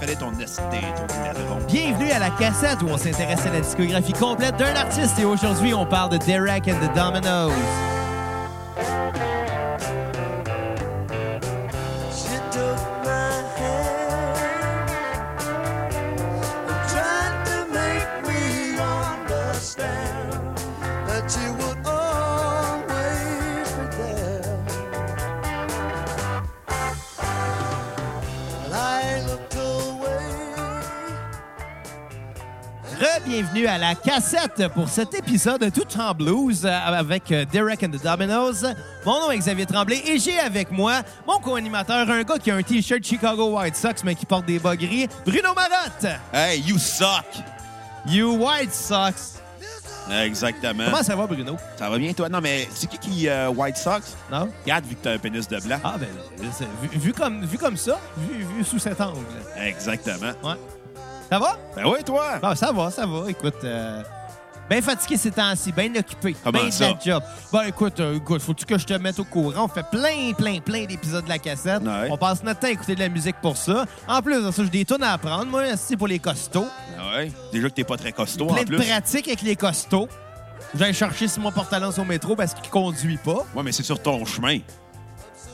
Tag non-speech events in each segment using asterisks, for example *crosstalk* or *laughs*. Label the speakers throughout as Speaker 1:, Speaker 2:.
Speaker 1: fallait ton ST, ton Déneron.
Speaker 2: Bienvenue à la cassette où on s'intéresse à la discographie complète d'un artiste et aujourd'hui on parle de Derek and the Dominoes.
Speaker 3: She took my hand and tried to make me understand that you would always be there. And I looked away.
Speaker 2: Re-bienvenue à la cassette pour cet épisode tout en blues euh, avec euh, Derek and the Dominoes. Mon nom est Xavier Tremblay et j'ai avec moi mon co-animateur, un gars qui a un t-shirt Chicago White Sox mais qui porte des bas gris, Bruno Marotte.
Speaker 1: Hey, you suck!
Speaker 2: You White Sox.
Speaker 1: Exactement.
Speaker 2: Comment ça va, Bruno?
Speaker 1: Ça va bien, toi? Non, mais c'est qui qui euh, White Sox?
Speaker 2: Non?
Speaker 1: Regarde, vu que t'as un pénis de blanc.
Speaker 2: Ah ben, c'est- vu, vu comme, vu comme ça, vu, vu sous cet angle.
Speaker 1: Exactement.
Speaker 2: Ouais. Ça va?
Speaker 1: Ben oui, toi!
Speaker 2: Ah, ça va, ça va. Écoute, euh, bien fatigué ces temps-ci, bien occupé.
Speaker 1: Comment
Speaker 2: bien
Speaker 1: ça?
Speaker 2: de la job. Ben écoute, euh, écoute, faut-tu que je te mette au courant? On fait plein, plein, plein d'épisodes de la cassette.
Speaker 1: Ouais.
Speaker 2: On passe notre temps à écouter de la musique pour ça. En plus de ça, j'ai des tunes à apprendre. Moi, c'est pour les costauds.
Speaker 1: Ah ouais. Déjà que t'es pas très costaud
Speaker 2: plein
Speaker 1: en plus.
Speaker 2: de pratiques avec les costauds. J'ai cherché sur mon porte-talence au métro parce qu'il conduit pas.
Speaker 1: Ouais, mais c'est sur ton chemin.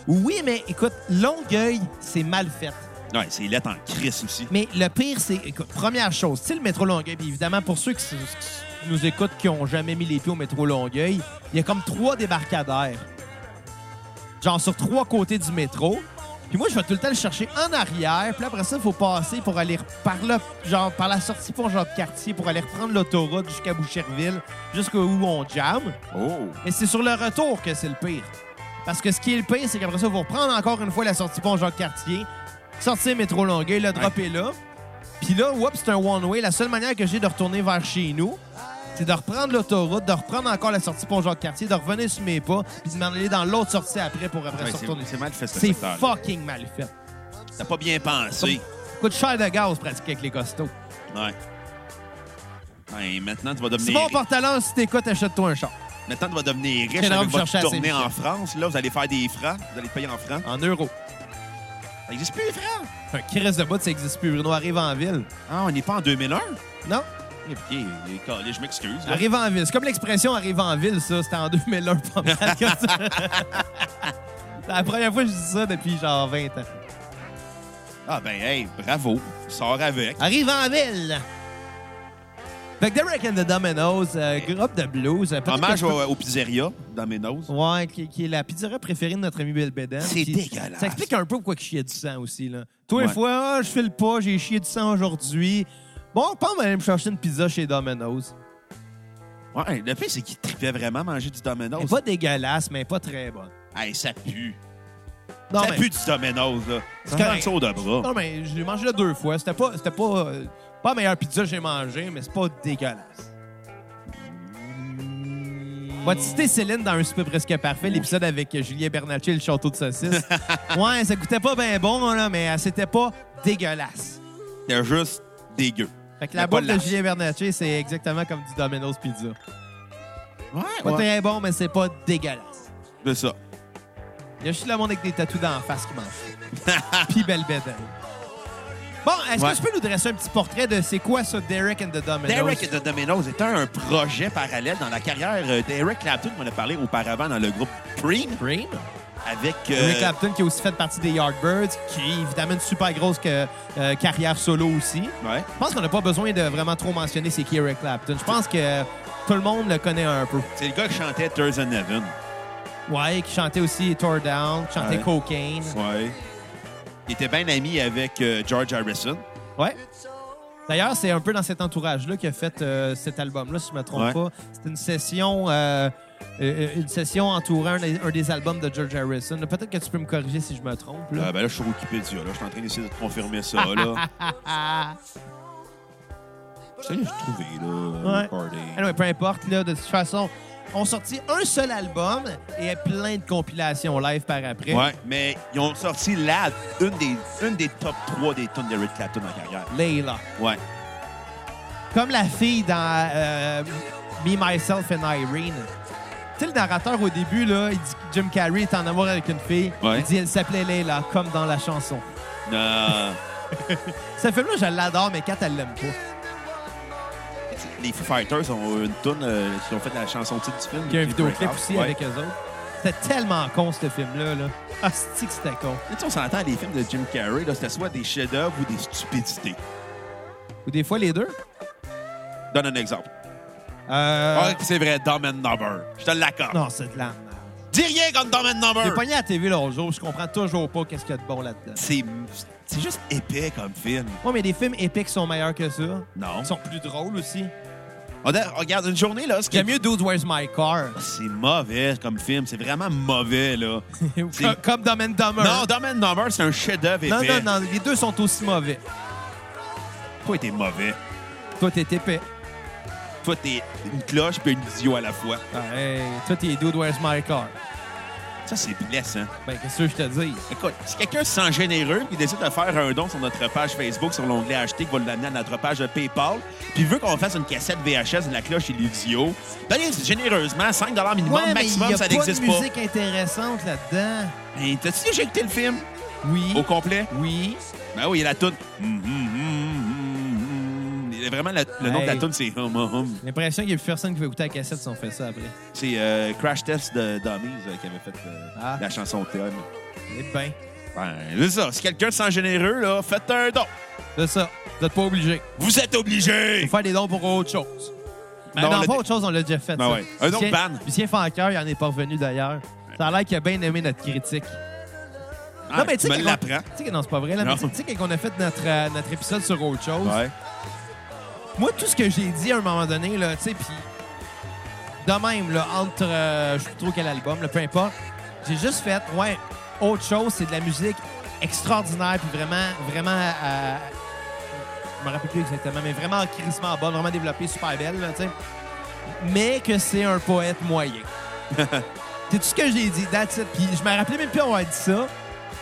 Speaker 2: Oui, mais écoute, Longueuil, c'est mal fait.
Speaker 1: Ouais, c'est lettre en crise aussi.
Speaker 2: Mais le pire, c'est, écoute, première chose, tu sais, le métro Longueuil, puis évidemment, pour ceux qui, s- qui nous écoutent qui n'ont jamais mis les pieds au métro Longueuil, il y a comme trois débarcadères. Genre sur trois côtés du métro. Puis moi, je vais tout le temps le chercher en arrière. Puis là, après ça, il faut passer pour aller par, le, genre, par la sortie pour genre de quartier pour aller reprendre l'autoroute jusqu'à Boucherville, jusqu'où on jamme.
Speaker 1: Oh!
Speaker 2: Mais c'est sur le retour que c'est le pire. Parce que ce qui est le pire, c'est qu'après ça, vous reprendre encore une fois la sortie pont Jacques-Cartier, sortir métro Longueuil, le drop est là. Puis là, oups, c'est un one-way. La seule manière que j'ai de retourner vers chez nous, c'est de reprendre l'autoroute, de reprendre encore la sortie pont Jacques-Cartier, de revenir sur mes pas, puis de m'en aller dans l'autre sortie après pour après
Speaker 1: Ouais,
Speaker 2: se
Speaker 1: c'est-
Speaker 2: retourner.
Speaker 1: c'est mal fait, ce
Speaker 2: C'est
Speaker 1: secteur-là.
Speaker 2: fucking mal fait.
Speaker 1: T'as pas bien pensé.
Speaker 2: Coûte cher de gaz pratiquer avec les costauds.
Speaker 1: Ouais. Ouais, maintenant, tu vas devenir...
Speaker 2: Simon Portalon, si t'écoutes, achète-toi un char.
Speaker 1: Maintenant, tu vas devenir riche
Speaker 2: Quel homme
Speaker 1: avec
Speaker 2: cherchait
Speaker 1: votre
Speaker 2: à
Speaker 1: tournée
Speaker 2: Saint-Michel.
Speaker 1: en France. Là, vous allez faire des francs. Vous allez payer en francs.
Speaker 2: En euros. Ah.
Speaker 1: Ça n'existe plus, les francs.
Speaker 2: Un crise de bout, ça existe plus. Bruno arrive en ville.
Speaker 1: Ah, on n'est pas en 2001?
Speaker 2: Non?
Speaker 1: Eh, Ok, les collés, je m'excuse. là.
Speaker 2: Arrive en ville. C'est comme l'expression arrive en ville, ça. C'était en *laughs* 2001,
Speaker 1: *laughs*
Speaker 2: pas mal que ça. C'est la première fois que je dis ça depuis genre 20 ans.
Speaker 1: Ah, ben, hey, bravo. Sors avec.
Speaker 2: Arrive en ville! Fait que Derek and the Dominoes, euh, groupe de blues. euh, peut-être
Speaker 1: Hommage
Speaker 2: que je peux-
Speaker 1: au- aux pizzerias dans mes noses.
Speaker 2: Ouais, qui, qui est la pizzeria préférée de notre ami Bill Beden.
Speaker 1: C'est
Speaker 2: Puis,
Speaker 1: dégueulasse.
Speaker 2: Ça explique un peu pourquoi il chiait du sang aussi. Là. Toi, une
Speaker 1: Ouais.
Speaker 2: fois, Ah, je file pas, j'ai chié du sang aujourd'hui. Bon, pas même me chercher une pizza chez Domino's.
Speaker 1: Ouais, le pire, c'est qu'il tripait vraiment à manger du
Speaker 2: Elle est
Speaker 1: Domino's.
Speaker 2: pas dégueulasse, mais pas très bonne.
Speaker 1: Hey, ça pue.
Speaker 2: Non,
Speaker 1: ça
Speaker 2: mais-
Speaker 1: pue du Domino's, là. C'est
Speaker 2: correct.
Speaker 1: un saut de bras.
Speaker 2: Non, mais je l'ai mangé là deux fois. C'était pas, c'était pas, euh, pas la meilleure pizza que j'ai mangée, mais c'est pas dégueulasse. On va te citer Céline dans Un souper presque parfait, l'épisode avec Julien Bernatchez et le château
Speaker 1: *laughs*
Speaker 2: de saucisse. ouais, ça goûtait pas bien bon, là, mais euh, c'était pas dégueulasse.
Speaker 1: C'était juste dégueu.
Speaker 2: Fait que
Speaker 1: Mais
Speaker 2: la
Speaker 1: pas
Speaker 2: boîte de
Speaker 1: lasse.
Speaker 2: Julien Bernatchez, c'est exactement comme du Domino's Pizza.
Speaker 1: Ouais,
Speaker 2: Pas très bon, mais c'est pas dégueulasse.
Speaker 1: C'est ça.
Speaker 2: Il y a juste le monde avec des tatous dans la face qui mange. *laughs* Puis belle bête. Bon, est-ce
Speaker 1: Ouais.
Speaker 2: que tu peux nous dresser un petit portrait de c'est quoi ça, Derek and the Dominoes?
Speaker 1: Derek et the Domino's était un projet parallèle dans la carrière euh, d'Eric Clapton, qu'on a parlé auparavant dans le groupe Cream,
Speaker 2: Cream.
Speaker 1: avec...
Speaker 2: Eric
Speaker 1: euh,
Speaker 2: Clapton qui a aussi fait partie des Yardbirds, qui est évidemment une super grosse que- euh, carrière solo aussi.
Speaker 1: Ouais.
Speaker 2: Je pense qu'on n'a pas besoin de vraiment trop mentionner c'est qui Eric Clapton. Je pense que tout le monde le connaît un peu.
Speaker 1: C'est le gars qui chantait Thursday Heaven.
Speaker 2: Ouais, qui chantait aussi Tore Down, qui chantait
Speaker 1: Ouais.
Speaker 2: Cocaine.
Speaker 1: Ouais. Il était bien ami avec euh, George Harrison.
Speaker 2: Ouais. D'ailleurs, c'est un peu dans cet entourage-là qu'il a fait euh, cet album-là, si je me trompe
Speaker 1: Ouais.
Speaker 2: pas. C'était une session, euh, euh, une session entourant un, des- un des albums de George Harrison. Peut-être que tu peux me corriger si je me trompe. Là.
Speaker 1: Ah, ben là, je suis sur Wikipédia. Là. Je suis en train d'essayer de confirmer ça. Là.
Speaker 2: *laughs*
Speaker 1: Ça, j'ai trouvé, là.
Speaker 2: Ouais.
Speaker 1: recording.
Speaker 2: Anyway, peu importe, là, de toute façon, on sortit un seul album et plein de compilations live par après.
Speaker 1: Ouais, mais ils ont sorti là une des, une des top 3 des tunes d'Eric Clapton en carrière.
Speaker 2: Layla.
Speaker 1: Ouais.
Speaker 2: Comme la fille dans euh, Me, Myself and Irene. Tu sais, le narrateur au début, là, il dit que Jim Carrey est en amour avec une fille.
Speaker 1: Ouais.
Speaker 2: Il dit elle s'appelait Layla, comme dans la chanson.
Speaker 1: Euh,
Speaker 2: Ce film-là, je l'adore, mais Kat, elle l'aime pas.
Speaker 1: *laughs* Les Foo Fighters ont une toune euh, qui ont fait la chanson titre du film.
Speaker 2: Il y a un
Speaker 1: qui est
Speaker 2: vidéoclip
Speaker 1: Breakout.
Speaker 2: aussi
Speaker 1: Ouais.
Speaker 2: avec eux autres. C'était tellement con, ce film-là. Là. Asti que c'était con.
Speaker 1: Mais tu sais, on s'entend, les films de Jim Carrey, là, c'était soit des chefs-d'œuvre ou des stupidités.
Speaker 2: Ou des fois, les deux.
Speaker 1: Donne un exemple.
Speaker 2: Euh...
Speaker 1: Ah, c'est vrai, Dumb and Number. Je te l'accorde.
Speaker 2: Non, c'est de la merde.
Speaker 1: Dis rien contre Dumb and
Speaker 2: J'ai
Speaker 1: Number.
Speaker 2: pogné à la TV l'autre jour, je comprends toujours pas qu'est-ce qu'il y a de bon là-dedans.
Speaker 1: C'est c'est juste épais comme film.
Speaker 2: Ouais, mais des films épiques sont meilleurs que ça.
Speaker 1: Non.
Speaker 2: Ils sont plus drôles aussi.
Speaker 1: On a- regarde, une journée, là, ce qui
Speaker 2: J'aime mieux Dude, Where's My Car?
Speaker 1: C'est mauvais comme film. C'est vraiment mauvais, là.
Speaker 2: *laughs* comme, comme Dumb and Dumber.
Speaker 1: Non, Dumb and Number, c'est un chef-d'œuvre
Speaker 2: non,
Speaker 1: épais.
Speaker 2: non, non, les deux sont aussi mauvais.
Speaker 1: Toi, t'es mauvais.
Speaker 2: Toi, t'es épais.
Speaker 1: Toi, t'es une cloche puis une idiot à la fois.
Speaker 2: Ah, hey, toi, t'es Dude, Where's My Car?
Speaker 1: Ça, c'est blessant.
Speaker 2: Ben, qu'est-ce que je te dis?
Speaker 1: Écoute, si quelqu'un se sent généreux puis décide de faire un don sur notre page Facebook, sur l'onglet acheter, qui va l'amener à notre page de PayPal, puis veut qu'on fasse une cassette VHS de la cloche et l'idiot, donnez ben, généreusement 5 minimum,
Speaker 2: Ouais, mais il y
Speaker 1: maximum,
Speaker 2: a
Speaker 1: ça
Speaker 2: pas
Speaker 1: n'existe
Speaker 2: de
Speaker 1: pas.
Speaker 2: musique intéressante là-dedans.
Speaker 1: Hey, T'as-tu déjà écouté le film
Speaker 2: Oui.
Speaker 1: au complet?
Speaker 2: Oui.
Speaker 1: Ben oui, il y a la toune. Hum, hum, hum, hum, hum. Il y a Vraiment, la- le nom de la
Speaker 2: Hey.
Speaker 1: toune, c'est Hum Hum Hum.
Speaker 2: J'ai L'impression qu'il n'y a plus personne qui va écouter la cassette si on fait ça après.
Speaker 1: C'est euh, Crash Test de Dummies euh, qui avait fait euh,
Speaker 2: Ah.
Speaker 1: la chanson thème.
Speaker 2: Eh ben,
Speaker 1: Ben, c'est ça. Si quelqu'un se sent généreux, là, faites un don.
Speaker 2: c'est ça. Vous n'êtes pas obligés.
Speaker 1: Vous êtes obligés!
Speaker 2: Faut faire des dons pour autre chose. Mais
Speaker 1: Non,
Speaker 2: non,
Speaker 1: on l'a
Speaker 2: pas
Speaker 1: dé-
Speaker 2: autre chose, on l'a déjà fait.
Speaker 1: Ben
Speaker 2: ça.
Speaker 1: ouais. Un autre
Speaker 2: Lucien-
Speaker 1: ban.
Speaker 2: Lucien Fanqueur, il en est parvenu d'ailleurs. Ça a l'air qu'il a bien aimé notre critique.
Speaker 1: Ah, tu me
Speaker 2: quand-
Speaker 1: l'apprends.
Speaker 2: tu sais que- Non, c'est pas vrai. Là,
Speaker 1: Non.
Speaker 2: mais tu sais, quand on a fait notre, euh, notre épisode sur autre chose,
Speaker 1: Ouais.
Speaker 2: moi, tout ce que j'ai dit à un moment donné, là, tu sais, puis de même, là, entre euh, je sais plus trop quel album, là, peu importe, j'ai juste fait, ouais, autre chose, c'est de la musique extraordinaire, puis vraiment, vraiment, euh, je me rappelle plus exactement, mais vraiment crissement bonne, vraiment développée, super belle, là, tu sais, mais que c'est un poète moyen. c'est tout ce que j'ai dit, that's it. Puis je me rappelais même plus avoir dit ça.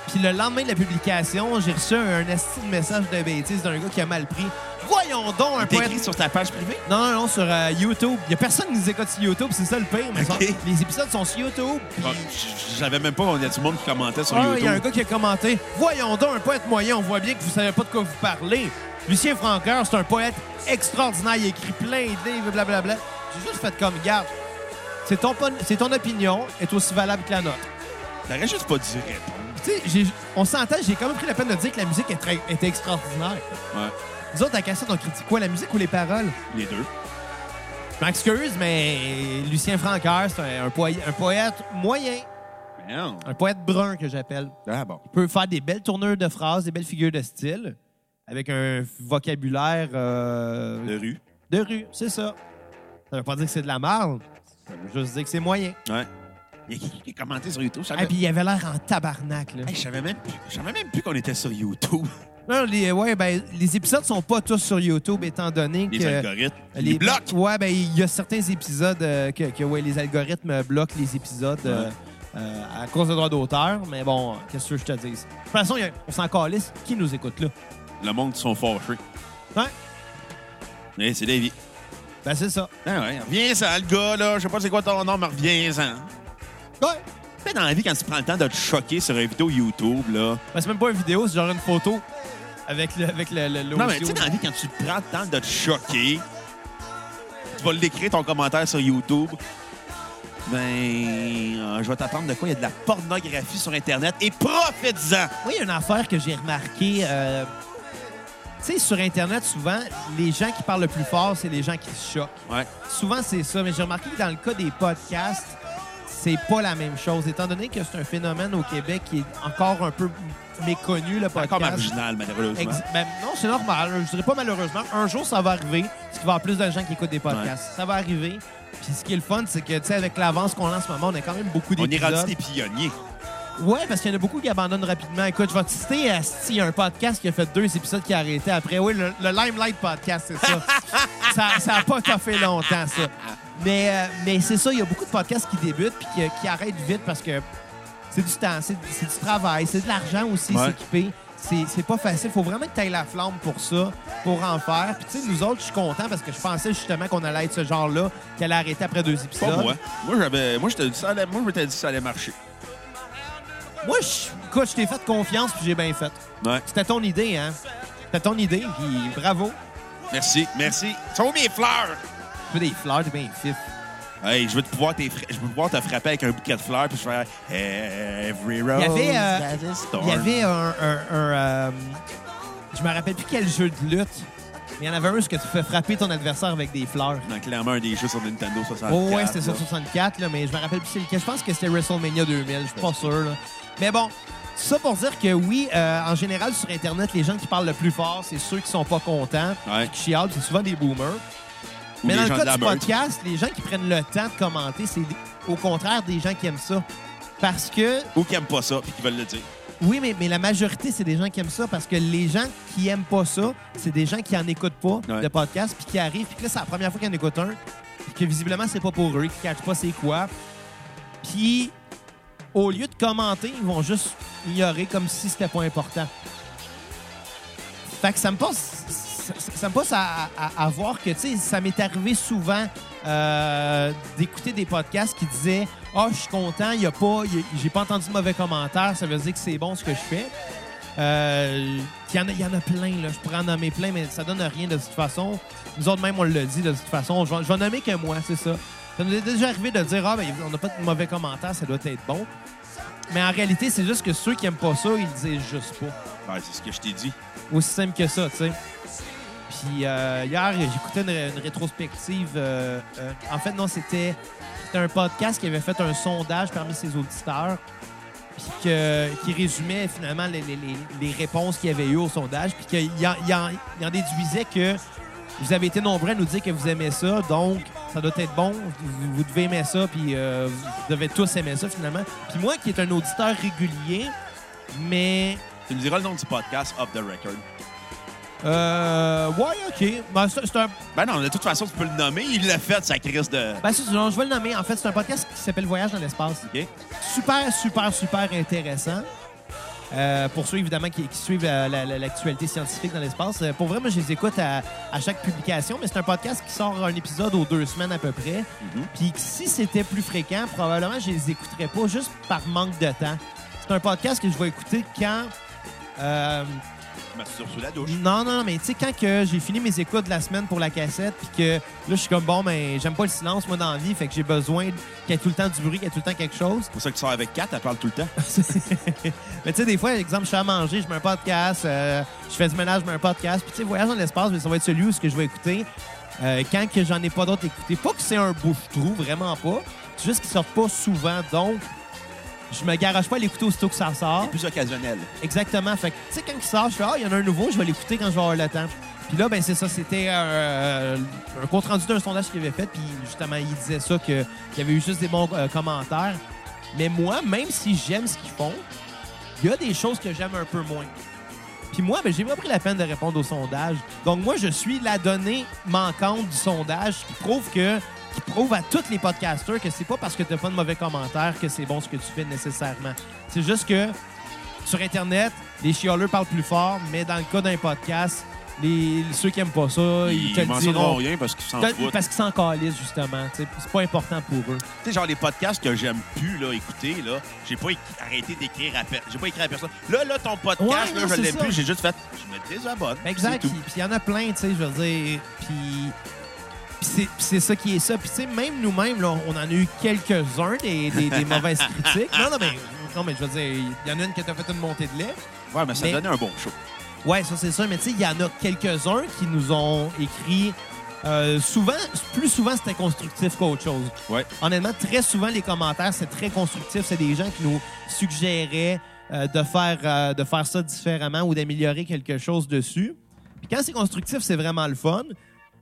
Speaker 2: Puis le lendemain de la publication, j'ai reçu un esti de message de bêtise d'un gars qui a mal pris. Voyons donc un
Speaker 1: T'es
Speaker 2: poète
Speaker 1: écrit sur ta page privée?
Speaker 2: non, non, non, sur euh, YouTube. Il n'y a personne qui nous écoute sur YouTube, c'est ça le pire. mais
Speaker 1: Ok.
Speaker 2: sont- les épisodes sont sur YouTube. puis-
Speaker 1: Ah, je- je savais même pas qu'on y a du monde qui commentait sur
Speaker 2: Ah, il y a un
Speaker 1: YouTube.
Speaker 2: gars qui a commenté Voyons donc, un poète moyen, on voit bien que vous savez pas de quoi vous parlez. Lucien Franqueur, c'est un poète extraordinaire, il écrit plein de livres, blablabla. J'ai juste fait comme garde. C'est ton, pon- c'est ton opinion, est aussi valable que la nôtre.
Speaker 1: T'aurais juste pas dû répondre.
Speaker 2: Tu sais, j'ai- on s'entend, j'ai quand même pris la peine de dire que la musique est très- était extraordinaire.
Speaker 1: Ouais.
Speaker 2: Nous autres, à Cassette, on critique quoi, la musique ou les paroles?
Speaker 1: Les deux.
Speaker 2: Je m'excuse, mais Lucien Franqueur, c'est un, un poy- un poète moyen,
Speaker 1: Non.
Speaker 2: un poète brun que j'appelle.
Speaker 1: Ah bon.
Speaker 2: Il peut faire des belles tournures de phrases, des belles figures de style, avec un vocabulaire euh,
Speaker 1: De rue.
Speaker 2: de rue, c'est ça. Ça veut pas dire que c'est de la merde, ça veut juste dire que c'est moyen.
Speaker 1: Ouais. Il y a quelqu'un qui a commenté sur YouTube. Je
Speaker 2: Ah,
Speaker 1: savais,
Speaker 2: puis il avait l'air en tabarnak, là.
Speaker 1: Hey, je savais même plus, je savais même plus qu'on était sur YouTube.
Speaker 2: Non, les, ouais, ben, les épisodes sont pas tous sur YouTube, étant donné que...
Speaker 1: Les algorithmes. Les,
Speaker 2: Les-
Speaker 1: blocs.
Speaker 2: Ouais, ben il y a certains épisodes euh, que, que, ouais, les algorithmes bloquent les épisodes euh,
Speaker 1: Ouais.
Speaker 2: euh, à cause de droits d'auteur, mais bon, euh, qu'est-ce que je te dis? De toute façon, il y a- on s'en calisse. Qui nous écoute là?
Speaker 1: Le monde sont fâchés.
Speaker 2: Hein?
Speaker 1: Mais c'est Davy.
Speaker 2: Ben c'est ça.
Speaker 1: Ah ouais, reviens-en, le gars, là. Je sais pas c'est quoi ton nom, mais reviens-en.
Speaker 2: Ouais.
Speaker 1: Tu sais, dans la vie, quand tu prends le temps de te choquer sur une vidéo YouTube, là.
Speaker 2: Ben, c'est même pas une vidéo, c'est genre une photo avec le avec le, le- le
Speaker 1: Non, mais tu
Speaker 2: audio.
Speaker 1: sais, dans la vie, quand tu prends le temps de te choquer, tu vas l'écrire ton commentaire sur YouTube. Ben, euh, je vais t'apprendre de quoi il y a de la pornographie sur Internet et profites-en!
Speaker 2: Moi, il y a une affaire que j'ai remarqué. euh, tu sais, sur Internet, souvent, les gens qui parlent le plus fort, c'est les gens qui se choquent.
Speaker 1: Ouais.
Speaker 2: Souvent, c'est ça, mais j'ai remarqué que dans le cas des podcasts, c'est pas la même chose. Étant donné que c'est un phénomène au Québec qui est encore un peu méconnu, le podcast.
Speaker 1: Encore marginal, malheureusement.
Speaker 2: Ex- ben, non, c'est normal. Je dirais pas malheureusement. Un jour, ça va arriver. Parce qu'il va y avoir plus de gens qui écoutent des podcasts. Ça va arriver. Puis ce qui est le fun, c'est que, tu sais, avec l'avance qu'on a en ce moment, on a quand même beaucoup
Speaker 1: On est
Speaker 2: d'épisodes.
Speaker 1: rendu des pionniers.
Speaker 2: Ouais, parce qu'il y en a beaucoup qui abandonnent rapidement. Écoute, je vais te citer Asti, il y a un podcast qui a fait deux épisodes qui a arrêté après. Oui, le, le Limelight Podcast,
Speaker 1: *laughs*
Speaker 2: c'est ça. ça. Ça a pas fait longtemps, ça. Mais, euh, mais c'est ça, il y a beaucoup de podcasts qui débutent puis qui, qui arrêtent vite parce que c'est du temps, c'est c'est du travail, c'est de l'argent aussi,
Speaker 1: Ouais.
Speaker 2: s'équiper. C'est c'est pas facile. Faut vraiment que tu ailles la flamme pour ça, pour en faire. Puis, tu sais, nous autres, je suis content parce que je pensais justement qu'on allait être ce genre-là, qui allait arrêter après deux épisodes.
Speaker 1: Pas moi. Moi, j'avais. Moi, je t'ai dit ça allait- moi, je m'étais dit ça allait marcher.
Speaker 2: Moi, je écoute, je t'ai fait confiance puis j'ai bien fait.
Speaker 1: Ouais.
Speaker 2: C'était ton idée, hein? T'as ton idée, puis bravo.
Speaker 1: Merci, merci. Sont mes fleurs?
Speaker 2: Tu fais des fleurs, t'es bien fif.
Speaker 1: Hey, je veux te pouvoir, t'es fra- je veux pouvoir te frapper avec un bouquet de fleurs puis je vais faire Every
Speaker 2: Il
Speaker 1: rose
Speaker 2: y avait, euh,
Speaker 1: has a storm.
Speaker 2: il y avait un. un, un, euh, je me rappelle plus quel jeu de lutte, mais il y en avait un où tu fais frapper ton adversaire avec des fleurs.
Speaker 1: Dans clairement un des jeux sur Nintendo 64.
Speaker 2: Oh ouais, c'était sur
Speaker 1: Ah, là.
Speaker 2: 64, là, mais je me rappelle plus c'est lequel. Je pense que c'était WrestleMania 2000, je suis pas sûr. là. Mais bon, ça pour dire que oui, euh, en général, sur Internet, les gens qui parlent le plus fort, c'est ceux qui sont pas contents,
Speaker 1: Ouais.
Speaker 2: qui chialent, c'est souvent des boomers.
Speaker 1: Ou
Speaker 2: mais
Speaker 1: les
Speaker 2: dans
Speaker 1: gens
Speaker 2: le
Speaker 1: de la
Speaker 2: cas du
Speaker 1: meute.
Speaker 2: podcast, les gens qui prennent le temps de commenter, c'est des- au contraire des gens qui aiment ça. Parce que,
Speaker 1: Ou qui aiment pas ça puis qui veulent le dire.
Speaker 2: oui, mais, mais la majorité, c'est des gens qui aiment ça. Parce que les gens qui aiment pas ça, c'est des gens qui en écoutent pas
Speaker 1: Ouais.
Speaker 2: de podcast, puis qui arrivent, puis que là, c'est la première fois qu'ils en écoutent un, puis que visiblement, c'est pas pour eux, qu'ils cachent pas c'est quoi. Puis, au lieu de commenter, ils vont juste ignorer comme si c'était pas important. Fait que ça me passe, ça, ça me passe à, à- à voir que, tu sais, ça m'est arrivé souvent euh, d'écouter des podcasts qui disaient « Ah, je suis content, il y a pas, il y a- j'ai pas entendu de mauvais commentaires, ça veut dire que c'est bon ce que je fais. Euh, puis il y en a- il y, en a plein, là. Je pourrais en nommer plein, mais ça donne rien de toute façon. Nous autres, même, on le dit de toute façon. Je vais, je vais en nommer que moi, c'est ça. Ça nous est déjà arrivé de dire « Ah, ben, on n'a pas de mauvais commentaires, ça doit être bon. » Mais en réalité, c'est juste que ceux qui aiment pas ça, ils le disent juste pas
Speaker 1: Ouais, Ben, c'est ce que je t'ai dit.
Speaker 2: aussi simple que ça, tu sais. Puis euh, hier, j'écoutais une, ré- une rétrospective. euh, euh, en fait, non, c'était c'était un podcast qui avait fait un sondage parmi ses auditeurs, puis que- qui résumait finalement les, les- les- les réponses qu'il y avait eues au sondage, puis qu'il en, il en- il en déduisait que vous avez été nombreux à nous dire que vous aimez ça, donc ça doit être bon, vous, vous devez aimer ça, puis euh, vous devez tous aimer ça finalement. Puis moi, qui est un auditeur régulier, mais
Speaker 1: Tu me diras le nom du podcast Off the Record.
Speaker 2: euh, ouais, OK. Ben, c'est c'est un...
Speaker 1: Ben non, de toute façon, tu peux le nommer. Il l'a fait, sa crise de.
Speaker 2: ben, c'est- non, je vais le nommer. En fait, c'est un podcast qui s'appelle Voyage dans l'espace.
Speaker 1: OK?
Speaker 2: Super, super, super intéressant. Euh, pour ceux, évidemment, qui, qui suivent euh, la- la- l'actualité scientifique dans l'espace. Euh, pour vrai, moi, je les écoute à, à chaque publication, mais c'est un podcast qui sort un épisode aux deux semaines à peu près.
Speaker 1: Mhm.
Speaker 2: Puis que si c'était plus fréquent, probablement, je les écouterais pas juste par manque de temps. C'est un podcast que je vais écouter quand... euh,
Speaker 1: Je m'assure sous la douche.
Speaker 2: Non, non, non, mais tu sais, quand que j'ai fini mes écoutes de la semaine pour la cassette, puis que là, je suis comme, bon, mais j'aime pas le silence, moi, dans la vie, fait que j'ai besoin qu'il y ait tout le temps du bruit, qu'il y ait tout le temps quelque chose. *laughs*
Speaker 1: C'est pour ça que tu sors avec 4, elle parle tout le temps.
Speaker 2: mais tu sais, des fois, exemple, je suis à manger, je mets un podcast, euh, je fais du ménage, je mets un podcast, puis tu sais, voyage dans l'espace, mais ça va être celui où ce que je vais écouter euh, quand que j'en ai pas d'autres écoutés. Pas que c'est un bouche-trou, vraiment pas. C'est juste qu'ils sortent pas souvent, donc je me garage pas à l'écouter aussitôt que ça sort.
Speaker 1: Plus occasionnel.
Speaker 2: Exactement. Fait que, tu sais, quand il sort, je fais, ah, il y en a un nouveau, je vais l'écouter quand je vais avoir le temps. Puis là, ben, c'est ça, c'était euh, un compte rendu d'un sondage qu'il avait fait, puis justement, il disait ça, que- qu'il y avait eu juste des bons euh, commentaires. Mais moi, même si j'aime ce qu'ils font, il y a des choses que j'aime un peu moins. Puis moi, ben, j'ai pas pris la peine de répondre au sondage. Donc moi, je suis la donnée manquante du sondage qui prouve que qui prouve à tous les podcasters que c'est pas parce que t'as pas de mauvais commentaires que c'est bon ce que tu fais nécessairement. C'est juste que sur Internet, les chialeux parlent plus fort, mais dans le cas d'un podcast, les, ceux qui aiment pas ça, ils, te le
Speaker 1: mentionneront
Speaker 2: diront.
Speaker 1: rien parce qu'ils s'en
Speaker 2: T'as-
Speaker 1: foutent.
Speaker 2: Parce qu'ils s'en calissent, justement. tu sais. C'est pas important pour eux.
Speaker 1: Tu sais, genre les podcasts que j'aime plus là, écouter, là, j'ai pas éc- arrêté d'écrire à personne. J'ai pas écrit à personne. Là, là, ton podcast,
Speaker 2: Ouais,
Speaker 1: là,
Speaker 2: non,
Speaker 1: je
Speaker 2: c'est
Speaker 1: l'aime
Speaker 2: ça.
Speaker 1: plus, j'ai juste fait. Je me désabonne.
Speaker 2: Exact.
Speaker 1: C'est
Speaker 2: Puis
Speaker 1: tout.
Speaker 2: puis il y en a plein, tu sais, je veux dire. Puis puis c'est- puis c'est ça qui est ça. Puis tu sais, même nous-mêmes, là, on en a eu quelques-uns des, des-
Speaker 1: *laughs*
Speaker 2: des mauvaises critiques. Non, non, mais, non, mais je veux dire, il y en a une qui t'a fait une montée de lait.
Speaker 1: Ouais, mais ça
Speaker 2: Mais-
Speaker 1: donnait un bon show.
Speaker 2: Ouais, ça c'est sûr, mais tu sais, il y en a quelques-uns qui nous ont écrit. euh, souvent, plus souvent, c'était constructif qu'autre chose.
Speaker 1: Ouais.
Speaker 2: Honnêtement, très souvent, les commentaires, c'est très constructif. C'est des gens qui nous suggéraient euh, de, faire, euh, de faire ça différemment ou d'améliorer quelque chose dessus. Puis quand c'est constructif, c'est vraiment le fun.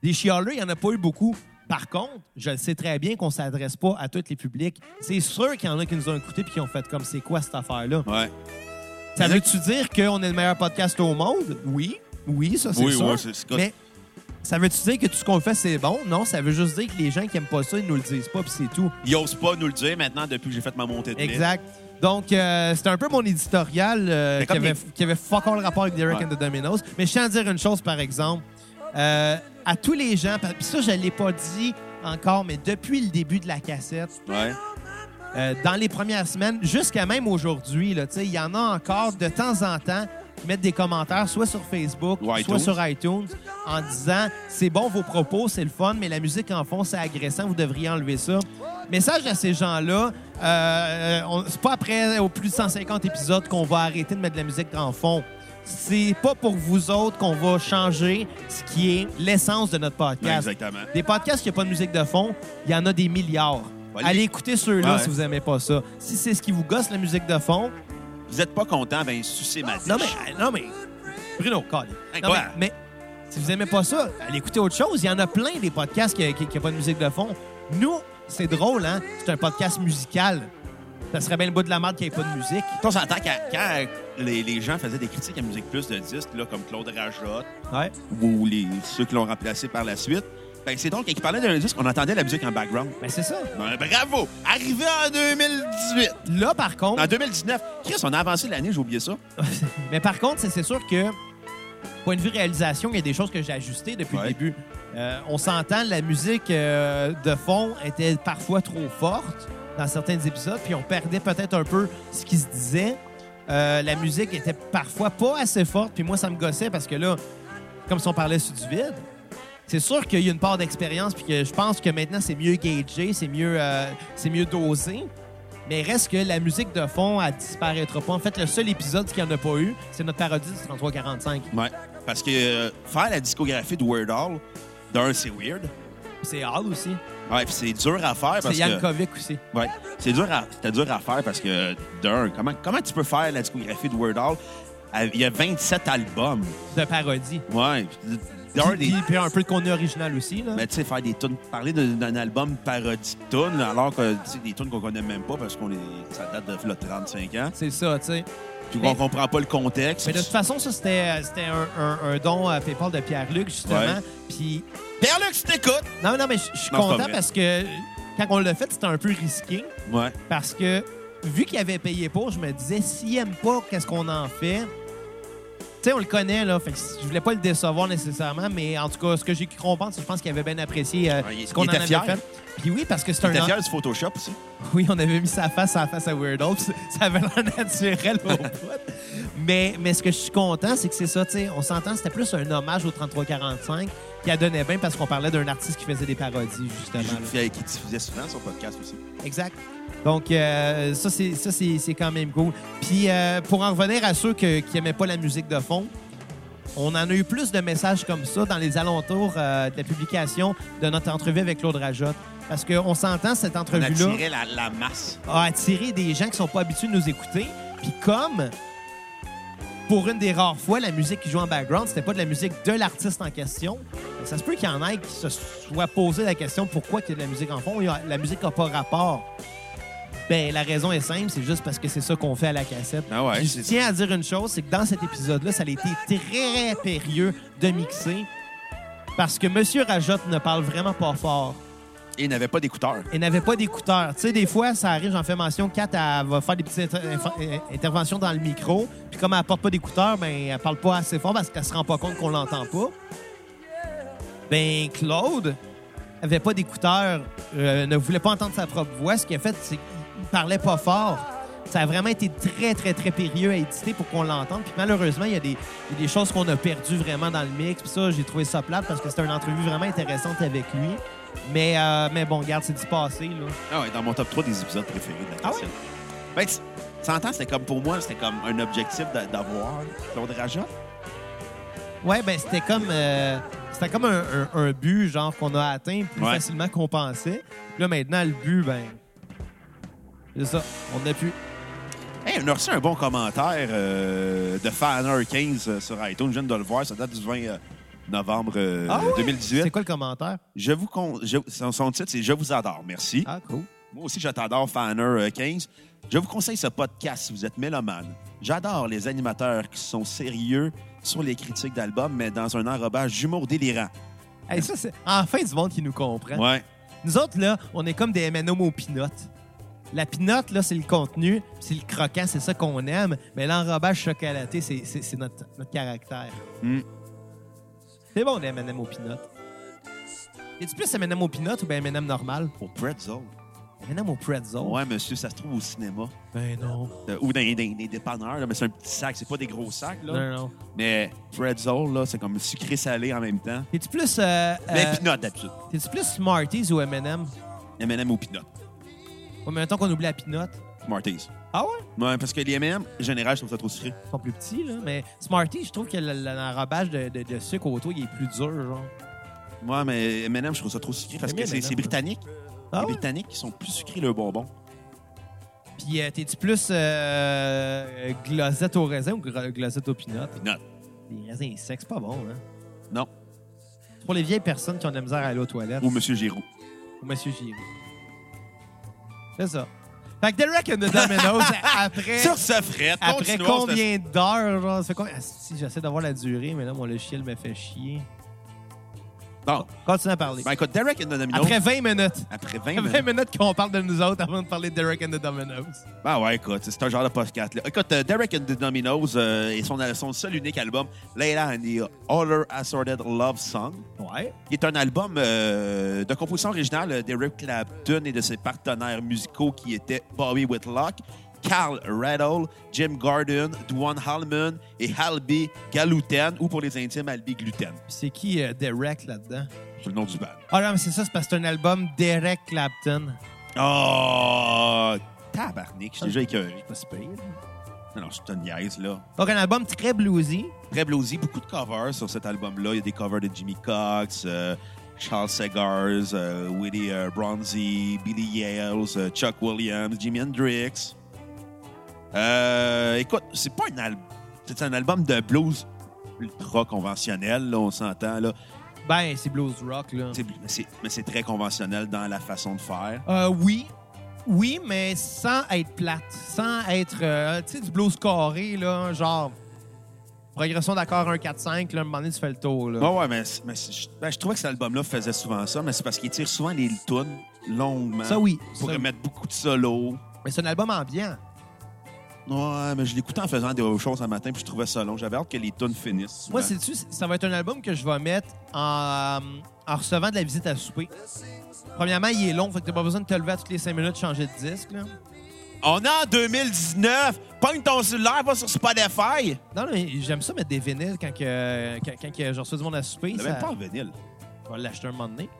Speaker 2: Des chialeux, il n'y en a pas eu beaucoup. Par contre, je le sais très bien qu'on ne s'adresse pas à tous les publics. C'est sûr qu'il y en a qui nous ont écoutés et qui ont fait comme c'est quoi cette affaire-là.
Speaker 1: Ouais.
Speaker 2: Ça veut-tu dire qu'on est le meilleur podcast au monde? Oui. Oui, ça, c'est
Speaker 1: Oui,
Speaker 2: sûr.
Speaker 1: ouais, c'est- c'est-
Speaker 2: Mais ça veut-tu dire que tout ce qu'on fait, c'est bon? Non, ça veut juste dire que les gens qui aiment pas ça, ils nous le disent pas, puis c'est tout.
Speaker 1: Ils osent pas nous le dire maintenant depuis que j'ai fait ma montée de lait.
Speaker 2: Exact. Donc, euh, c'était un peu mon éditorial euh,
Speaker 1: Mais
Speaker 2: qui,
Speaker 1: comme
Speaker 2: avait,
Speaker 1: les-
Speaker 2: qui avait fuck all rapport avec Derek
Speaker 1: Ouais.
Speaker 2: and the Dominoes. Mais je tiens à dire une chose, par exemple. Euh, à tous les gens, parce- puis ça, je l'ai pas dit encore, mais depuis le début de la cassette,
Speaker 1: Ouais.
Speaker 2: euh, dans les premières semaines, jusqu'à même aujourd'hui, là, tu sais, il y en a encore de temps en temps mettre des commentaires soit sur Facebook,
Speaker 1: Ou
Speaker 2: soit
Speaker 1: iTunes.
Speaker 2: sur iTunes, en disant c'est bon vos propos, c'est le fun, mais la musique en fond, c'est agressant, vous devriez enlever ça. Message à ces gens-là, euh, on- c'est pas après au plus de 150 épisodes qu'on va arrêter de mettre de la musique en fond. C'est pas pour vous autres qu'on va changer ce qui est l'essence de notre podcast.
Speaker 1: Exactement.
Speaker 2: Des podcasts qui n'ont pas de musique de fond, il y en a des milliards.
Speaker 1: Ouais,
Speaker 2: Allez
Speaker 1: les-
Speaker 2: écouter ceux-là
Speaker 1: Ouais.
Speaker 2: si vous aimez pas ça. Si c'est ce qui vous gosse, la musique de fond.
Speaker 1: Vous êtes pas content, ben sucez ma
Speaker 2: Non,
Speaker 1: diche.
Speaker 2: mais. Non, mais. Bruno, calme.
Speaker 1: Hey,
Speaker 2: Non,
Speaker 1: quoi?
Speaker 2: mais, mais si vous aimez pas ça, allez écouter autre chose. Il y en a plein des podcasts qui n'ont pas de musique de fond. Nous, c'est drôle, hein? C'est un podcast musical. Ça serait bien le bout de la merde qu'il n'y ait pas de musique.
Speaker 1: On s'entend qu'à- quand les, les gens faisaient des critiques à Musique Plus de disques, là, comme Claude Rajotte
Speaker 2: Ouais.
Speaker 1: ou les, ceux qui l'ont remplacé par la suite, ben c'est donc quand ils parlaient d'un disque, on entendait la musique en background.
Speaker 2: Mais c'est ça.
Speaker 1: Ben, bravo! Arrivé en 2018!
Speaker 2: Là, par contre.
Speaker 1: En 2019, Chris, on a avancé l'année, j'ai oublié ça.
Speaker 2: Mais par contre, c'est- c'est sûr que, point de vue réalisation, il y a des choses que j'ai ajustées depuis
Speaker 1: Ouais.
Speaker 2: le début. Euh, on s'entend, la musique euh, de fond était parfois trop forte dans certains épisodes, puis on perdait peut-être un peu ce qui se disait. Euh, la musique était parfois pas assez forte, puis moi, ça me gossait parce que là, comme si on parlait sur du vide, c'est sûr qu'il y a une part d'expérience, puis que je pense que maintenant, c'est mieux gagé, c'est mieux, euh, c'est mieux dosé. Mais reste que la musique de fond, elle disparaîtra pas. En fait, le seul épisode qu'il n'y en a pas eu, c'est notre parodie du 3345.
Speaker 1: Ouais. Parce que euh, faire la discographie de Weird Al, d'un, c'est weird.
Speaker 2: C'est Hall aussi.
Speaker 1: Ouais, puis c'est dur à faire
Speaker 2: C'est
Speaker 1: parce que.
Speaker 2: Yankovic aussi.
Speaker 1: Ouais. C'est dur à, c'était dur à faire parce que, d'un, comment, comment tu peux faire la discographie de Weird Al? à- Il y a 27 albums.
Speaker 2: De parodie.
Speaker 1: Ouais. Puis, d'un,
Speaker 2: Puis,
Speaker 1: des-
Speaker 2: puis- puis un peu de contenu original aussi. Là.
Speaker 1: Mais tu sais, faire des tunes, parler d'un d'un album parodie de tunes, alors que tu sais, des tunes qu'on connaît même pas parce qu'on les, ça date de là, 35 ans,
Speaker 2: C'est ça, tu sais.
Speaker 1: puis
Speaker 2: Mais-
Speaker 1: qu'on comprend pas le contexte.
Speaker 2: Mais de toute façon, ça, c'était, euh, c'était un, un- un don à PayPal de Pierre-Luc, justement.
Speaker 1: Ouais.
Speaker 2: Puis.
Speaker 1: Pierre-Luc, si t'écoutes!
Speaker 2: Non, non, mais je
Speaker 1: Non,
Speaker 2: je suis
Speaker 1: c'est pas
Speaker 2: content
Speaker 1: vrai.
Speaker 2: parce que quand on l'a fait, c'était un peu risqué.
Speaker 1: Ouais.
Speaker 2: Parce que, vu qu'il avait payé pour, je me disais, s'il aime pas, qu'est-ce qu'on en fait? Tu sais, on le connaît, là. Fait que je voulais pas le décevoir nécessairement, mais en tout cas, ce que j'ai pu comprendre, c'est que je pense qu'il avait bien apprécié euh,
Speaker 1: Ah, il-
Speaker 2: ce qu'on
Speaker 1: il
Speaker 2: en
Speaker 1: était
Speaker 2: avait
Speaker 1: fier.
Speaker 2: fait. Puis oui, parce que c'est un.
Speaker 1: T'es fier du Photoshop aussi?
Speaker 2: *laughs* Oui, on avait mis sa face à la face à Weirdo. puis *laughs* Ça avait l'air naturel
Speaker 1: *laughs*
Speaker 2: au bout. Mais, mais ce que je suis content, c'est que c'est ça, tu sais, on s'entend, c'était plus un hommage au 3345 qui a donné bien parce qu'on parlait d'un artiste qui faisait des parodies, justement.
Speaker 1: Je
Speaker 2: là.
Speaker 1: fais- Qui diffusait souvent son podcast aussi.
Speaker 2: Exact. Donc, euh, ça, c'est, ça c'est, c'est quand même cool. Puis, euh, pour en revenir à ceux que- qui n'aimaient pas la musique de fond, on en a eu plus de messages comme ça dans les alentours euh, de la publication de notre entrevue avec Claude Rajotte. Parce qu'on s'entend, cette
Speaker 1: On
Speaker 2: entrevue-là
Speaker 1: attirait la, la masse.
Speaker 2: a attiré des gens qui sont pas habitués de nous écouter. Puis comme, pour une des rares fois, la musique qui joue en background, c'était pas de la musique de l'artiste en question, ben, ça se peut qu'il y en ait qui se soient posé la question pourquoi qu'il y a de la musique en fond. Il y a- La musique n'a pas rapport. Ben, la raison est simple, c'est juste parce que c'est ça qu'on fait à la cassette.
Speaker 1: Ah ouais,
Speaker 2: Puis je
Speaker 1: c'est-
Speaker 2: tiens à dire une chose, c'est que dans cet épisode-là, ça a été très périlleux de mixer parce que Monsieur Rajotte ne parle vraiment pas fort
Speaker 1: Et il n'avait pas d'écouteurs.
Speaker 2: et n'avait pas d'écouteurs. Tu sais, des fois, ça arrive, j'en fais mention, Kat, elle va faire des petites inter- inf- euh, interventions dans le micro, puis comme elle porte pas d'écouteurs, ben, elle parle pas assez fort parce qu'elle se rend pas compte qu'on l'entend pas. Ben, Claude avait pas d'écouteurs, euh, ne voulait pas entendre sa propre voix. Ce qu'il a fait, c'est qu'il parlait pas fort. Ça a vraiment été très, très, très périlleux à éditer pour qu'on l'entende. Puis malheureusement, il y, a des- il y a des choses qu'on a perdues vraiment dans le mix. Puis ça, j'ai trouvé ça plate parce que c'était une entrevue vraiment intéressante avec lui. Mais, euh, mais bon, regarde, c'est du passé, là.
Speaker 1: Ah ouais, dans mon top 3 des épisodes préférés de la
Speaker 2: Ah
Speaker 1: cassette. Ben, tu tu s'entends, c'était comme pour moi, c'était comme un objectif d'a- d'avoir Claude Rajotte.
Speaker 2: Ouais, ben c'était comme euh, c'était comme un, un- un but genre qu'on a atteint plus
Speaker 1: Ouais.
Speaker 2: facilement qu'on pensait. Puis là maintenant le but ben c'est ça, on n'a plus.
Speaker 1: Hey, on a reçu un bon commentaire euh, de Fanner15 euh, sur iTunes. Je viens de le voir, ça date du 20 euh, novembre euh,
Speaker 2: Ah ouais? C'est
Speaker 1: 2018.
Speaker 2: quoi le commentaire
Speaker 1: Je vous con- je- son, son titre, c'est Je vous adore, merci.
Speaker 2: Ah cool.
Speaker 1: Moi aussi, je t'adore, Fanner15. Je vous conseille ce podcast si vous êtes mélomane. J'adore les animateurs qui sont sérieux sur les critiques d'albums, mais dans un enrobage d'humour délirant.
Speaker 2: Hey, ça c'est enfin du monde qui nous comprend.
Speaker 1: Ouais.
Speaker 2: Nous autres là, on est comme des M&M aux pinottes. La pinotte là, c'est le contenu, puis c'est le croquant, c'est ça qu'on aime, mais l'enrobage chocolaté c'est- c'est c'est notre notre caractère.
Speaker 1: Hmm.
Speaker 2: C'est bon les M&M aux pinottes. Y tu plus M&M aux pinottes ou bien M&M normal
Speaker 1: Au pretzel.
Speaker 2: Mais non, mon pretzel.
Speaker 1: Ouais, monsieur, ça se trouve au cinéma.
Speaker 2: Ben non.
Speaker 1: Euh, ou dans les- dans les dans les dépanneurs, là, mais c'est un petit sac. C'est pas des gros sacs, là.
Speaker 2: Non, non, non.
Speaker 1: Mais pretzel, là, c'est comme sucré-salé en même temps.
Speaker 2: T'es-tu plus. Euh, euh,
Speaker 1: Mais pinot, d'habitude.
Speaker 2: T'es-tu plus Smarties ou M&M?
Speaker 1: M&M ou pinot.
Speaker 2: Ouais, mais mettons qu'on oublie la pinotte.
Speaker 1: Marty's.
Speaker 2: Ah ouais?
Speaker 1: Ouais, parce que les M&M, en général, je trouve ça trop sucré.
Speaker 2: Ils sont plus petits, là. Mais Smarties, je trouve que le- le- l'enrobage de, de, de sucre autour, il est plus dur, genre.
Speaker 1: Moi, mais M&M, je trouve ça trop sucré parce
Speaker 2: J'aime
Speaker 1: que c'est
Speaker 2: bien
Speaker 1: c'est
Speaker 2: M&M,
Speaker 1: britannique. les
Speaker 2: Ah ouais?
Speaker 1: Britanniques, qui sont plus sucrés, le bonbon.
Speaker 2: Puis euh, t'es-tu plus euh, euh, glazette au raisin ou gra- glazette au pinot?
Speaker 1: Pinot.
Speaker 2: Les raisins secs, c'est pas bon, hein?
Speaker 1: Non.
Speaker 2: C'est Pour les vieilles personnes qui ont de la misère à aller aux toilettes.
Speaker 1: Ou Monsieur Giroux.
Speaker 2: Ou Monsieur Giroux. C'est ça. Fait que Derek and
Speaker 1: *laughs*
Speaker 2: the Dominoes, après...
Speaker 1: Sur ce fret,
Speaker 2: Après
Speaker 1: continuons,
Speaker 2: combien d'heures, genre, ça fait combien... Asti, J'essaie d'avoir la durée, mais là, mon logiciel me fait chier.
Speaker 1: c'est- Bon,
Speaker 2: Continue à parler.
Speaker 1: ben écoute, Derek et the Dominoes,
Speaker 2: Après 20 minutes.
Speaker 1: après 20
Speaker 2: 20
Speaker 1: minutes.
Speaker 2: minutes qu'on parle de nous autres avant de parler de Derek and the Dominoes.
Speaker 1: Ben ouais, écoute, c'est un genre de podcast. là. Écoute, euh, Derek and the Dominoes euh, et son, son seul unique album, Layla and the Other Assorted Love Song,
Speaker 2: Ouais.
Speaker 1: qui est un album euh, de composition originale euh, d'Eric Clapton et de ses partenaires musicaux qui étaient Bobby Whitlock, Carl Rattle, Jim Garden, Dwan Hallman et Halby Galuten, ou pour les intimes, Halby Gluten.
Speaker 2: Puis c'est qui euh, Derek là-dedans?
Speaker 1: C'est le nom du band.
Speaker 2: Ah non, mais c'est ça, c'est parce que c'est un album Derek Clapton.
Speaker 1: Oh, tabarnak, je suis déjà écœuré.
Speaker 2: Pas si pire.
Speaker 1: Non, non, je te niaise, là.
Speaker 2: Donc, un album très bluesy.
Speaker 1: Très bluesy, beaucoup de covers sur cet album-là. Il y a des covers de Jimmy Cox, euh, Charles Segars, euh, Willie euh, Bronzy, Billy Yales, euh, Chuck Williams, Jimi Hendrix. Euh, écoute, c'est pas un album. C'est un album de blues ultra conventionnel, là, on s'entend. là.
Speaker 2: Ben, c'est blues rock, là.
Speaker 1: C'est- mais c'est- Mais c'est très conventionnel dans la façon de faire.
Speaker 2: Euh, oui. Oui, mais sans être plate. Sans être, euh, tu sais, du blues carré, là, genre... Progression d'accord 1, 4, 5, là, à un moment donné, tu fais le tour, là.
Speaker 1: Ah Ouais, ouais, mais, c'est- mais c'est- je- ben, je trouvais que cet album-là faisait souvent ça, mais c'est parce qu'il tire souvent les tunes longuement.
Speaker 2: Ça, oui.
Speaker 1: Pour
Speaker 2: Ça, oui.
Speaker 1: mettre beaucoup de solos.
Speaker 2: Mais c'est un album ambiant.
Speaker 1: Ouais, mais je l'écoutais en faisant des choses un matin, puis je trouvais ça long. J'avais hâte que les tunes finissent. souvent.
Speaker 2: Moi, c'est-tu, ça va être un album que je vais mettre en, en recevant de la visite à souper. Premièrement, il est long, fait que t'as pas besoin de te lever à toutes les 5 minutes changer de disque. Là.
Speaker 1: On est en 2019! Pogne ton cellulaire, va sur Spotify!
Speaker 2: Non, non, mais j'aime ça mettre des vinyles quand, que, quand, quand que je reçois du monde à souper.
Speaker 1: On
Speaker 2: Ça,
Speaker 1: même pas en vinyle.
Speaker 2: Je vais l'acheter un moment donné.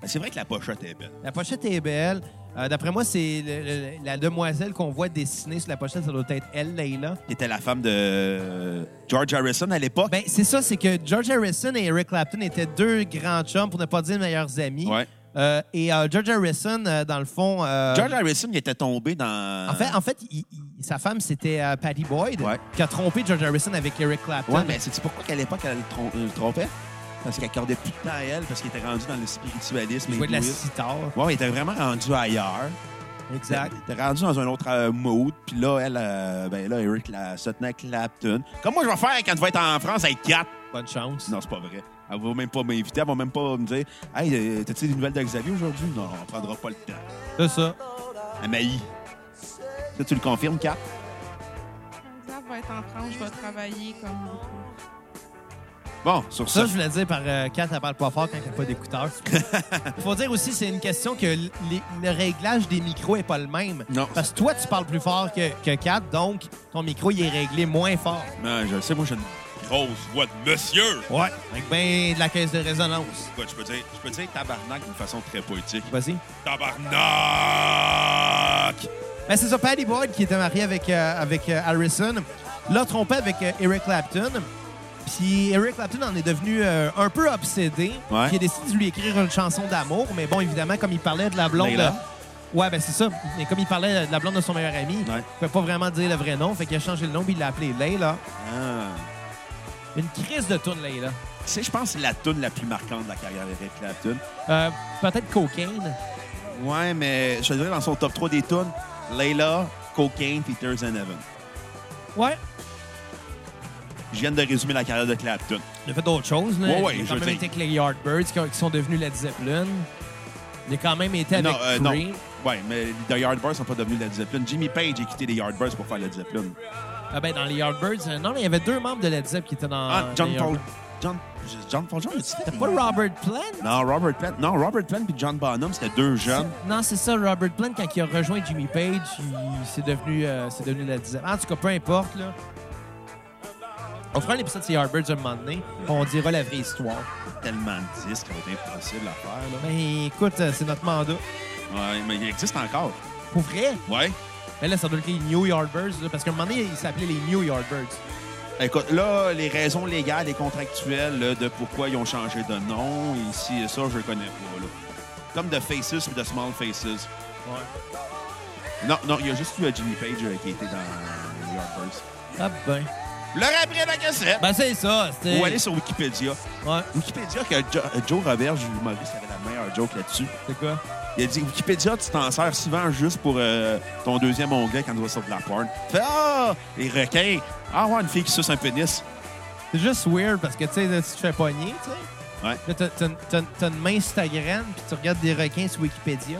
Speaker 1: Mais C'est vrai que la pochette est belle.
Speaker 2: La pochette est belle. Euh, d'après moi, c'est le- le- la demoiselle qu'on voit dessinée sur la pochette, ça doit être elle, Layla.
Speaker 1: Qui était la femme de euh, George Harrison à l'époque.
Speaker 2: Ben, c'est ça, c'est que George Harrison et Eric Clapton étaient deux grands chums, pour ne pas dire meilleurs amis.
Speaker 1: Ouais.
Speaker 2: Euh, et euh, George Harrison, euh, dans le fond... euh,
Speaker 1: George Harrison, il était tombé dans...
Speaker 2: En fait, en fait il- il- sa femme, c'était euh, Patty Boyd,
Speaker 1: Ouais.
Speaker 2: qui a trompé George Harrison avec Eric Clapton.
Speaker 1: Ouais, mais c'est pourquoi qu'à l'époque, elle le trom- euh, le trompait? Parce qu'elle accordait plus de temps à elle, parce qu'il était rendu dans le spiritualisme.
Speaker 2: Il
Speaker 1: et
Speaker 2: jouait de la
Speaker 1: le
Speaker 2: sitar.
Speaker 1: Ouais, il était vraiment rendu ailleurs.
Speaker 2: Exact.
Speaker 1: T'es rendu dans un autre euh, mode. Puis là, elle, euh, ben là, Eric la, se tenait à Clapton. Comme moi, je vais faire quand je vais être en France avec 4.
Speaker 2: Bonne chance.
Speaker 1: Non, c'est pas vrai. Elle va même pas m'inviter. Elle va même pas me dire Hey, euh, t'as-tu des nouvelles de Xavier aujourd'hui Non, on prendra pas le temps.
Speaker 2: C'est ça.
Speaker 1: Elle m'haït. Ça, tu le confirmes, 4
Speaker 4: Xav va être en France, je vais travailler comme.
Speaker 1: Bon, sur
Speaker 2: Ça,
Speaker 1: ça.
Speaker 2: je voulais dire par euh, Kat, elle parle pas fort quand elle n'a pas d'écouteurs. Faut dire aussi, c'est une question que l- les- le réglage des micros est pas le même.
Speaker 1: Non.
Speaker 2: Parce que toi, tu parles plus fort que, que Kat, donc ton micro, il est réglé moins fort.
Speaker 1: Non, je le sais, moi, j'ai une grosse voix de monsieur.
Speaker 2: Ouais. Avec ben de la caisse de résonance.
Speaker 1: Écoute, je peux dire, je peux dire tabarnak d'une façon très poétique.
Speaker 2: Vas-y.
Speaker 1: Tabarnak
Speaker 2: Ben, c'est ça, Patty Boyd qui était mariée avec, euh, avec euh, Harrison, l'a trompé avec euh, Eric Clapton. Puis Eric Clapton en est devenu euh, un peu obsédé.
Speaker 1: Ouais.
Speaker 2: Puis Il a décidé de lui écrire une chanson d'amour, mais bon, évidemment, comme il parlait de la blonde.
Speaker 1: Layla.
Speaker 2: de- Ouais, ben c'est ça. Mais comme il parlait de la blonde de son meilleur ami, il
Speaker 1: Ouais.
Speaker 2: ne pouvait pas vraiment dire le vrai nom. Fait qu'il a changé le nom, puis il l'a appelé Layla.
Speaker 1: Ah.
Speaker 2: Une crise de tourne, Layla.
Speaker 1: Tu sais, je pense que c'est la tune la plus marquante de la carrière d'Eric Clapton.
Speaker 2: Euh, Peut-être cocaine.
Speaker 1: Ouais, mais je te dirais dans son top 3 des tunes, Layla, Cocaine, Peters and Evan.
Speaker 2: Ouais.
Speaker 1: Je viens de résumer la carrière de Clapton.
Speaker 2: Il a fait d'autres choses. Là.
Speaker 1: Ouais, ouais,
Speaker 2: il a
Speaker 1: je
Speaker 2: quand
Speaker 1: veux
Speaker 2: même
Speaker 1: dire-
Speaker 2: été avec les Yardbirds qui, ont- qui sont devenus Led Zeppelin. Il a quand même été avec
Speaker 1: non, euh, non.
Speaker 2: Free.
Speaker 1: Ouais, mais les Yardbirds sont pas devenus Led Zeppelin. Jimmy Page a quitté les Yardbirds pour faire Led Zeppelin.
Speaker 2: Ah ben dans les Yardbirds, euh, non, mais il y avait deux membres de Led Zeppelin qui étaient dans.
Speaker 1: Ah, John
Speaker 2: les
Speaker 1: Paul
Speaker 2: Yardbirds.
Speaker 1: John, John Paul Jones, c'était
Speaker 2: Pas
Speaker 1: pas Robert.
Speaker 2: Robert Plant?
Speaker 1: Non, Robert Plant. Non, Robert Plant puis John Bonham, c'était deux jeunes.
Speaker 2: C'est- Non, c'est ça, Robert Plant, quand il a rejoint Jimmy Page, il- c'est devenu, euh, c'est devenu la dizaine. En tout cas, peu importe. Là. On fera un épisode sur les Yardbirds un moment donné, on dira la vraie histoire.
Speaker 1: Tellement de disques, ça va être impossible à faire. Là.
Speaker 2: Mais écoute, euh, c'est notre mandat.
Speaker 1: Ouais, mais il existe encore.
Speaker 2: Pour vrai?
Speaker 1: Ouais.
Speaker 2: Mais là, ça doit être les New Yardbirds, là, parce qu'à un moment donné, ils s'appelaient les New Yardbirds.
Speaker 1: Écoute, là, les raisons légales et contractuelles là, de pourquoi ils ont changé de nom, ici et ça, je connais pas. Là. Comme de Faces ou de Small Faces.
Speaker 2: Ouais.
Speaker 1: Non, non, il y a juste eu euh, Jimmy Page euh, qui était dans New Yorkers.
Speaker 2: Ah ben.
Speaker 1: Leur après la cassette!
Speaker 2: Ben c'est ça, c'était...
Speaker 1: Ou aller sur Wikipédia.
Speaker 2: Ouais.
Speaker 1: Wikipédia, que Jo- euh, Joe Robert, je vous Maurice, avait la meilleure joke là-dessus.
Speaker 2: C'est quoi?
Speaker 1: Il a dit Wikipédia, tu t'en sers souvent juste pour euh, ton deuxième onglet quand tu vas sur de la porn. Fait Ah, les requins. Ah, ouais, une fille qui suce un pénis.
Speaker 2: C'est juste weird, parce que, tu sais, là, tu te fais pogner, tu sais.
Speaker 1: Ouais.
Speaker 2: Là, t'as- t'as une- t'as t'as une main Instagram, puis tu regardes des requins sur Wikipédia.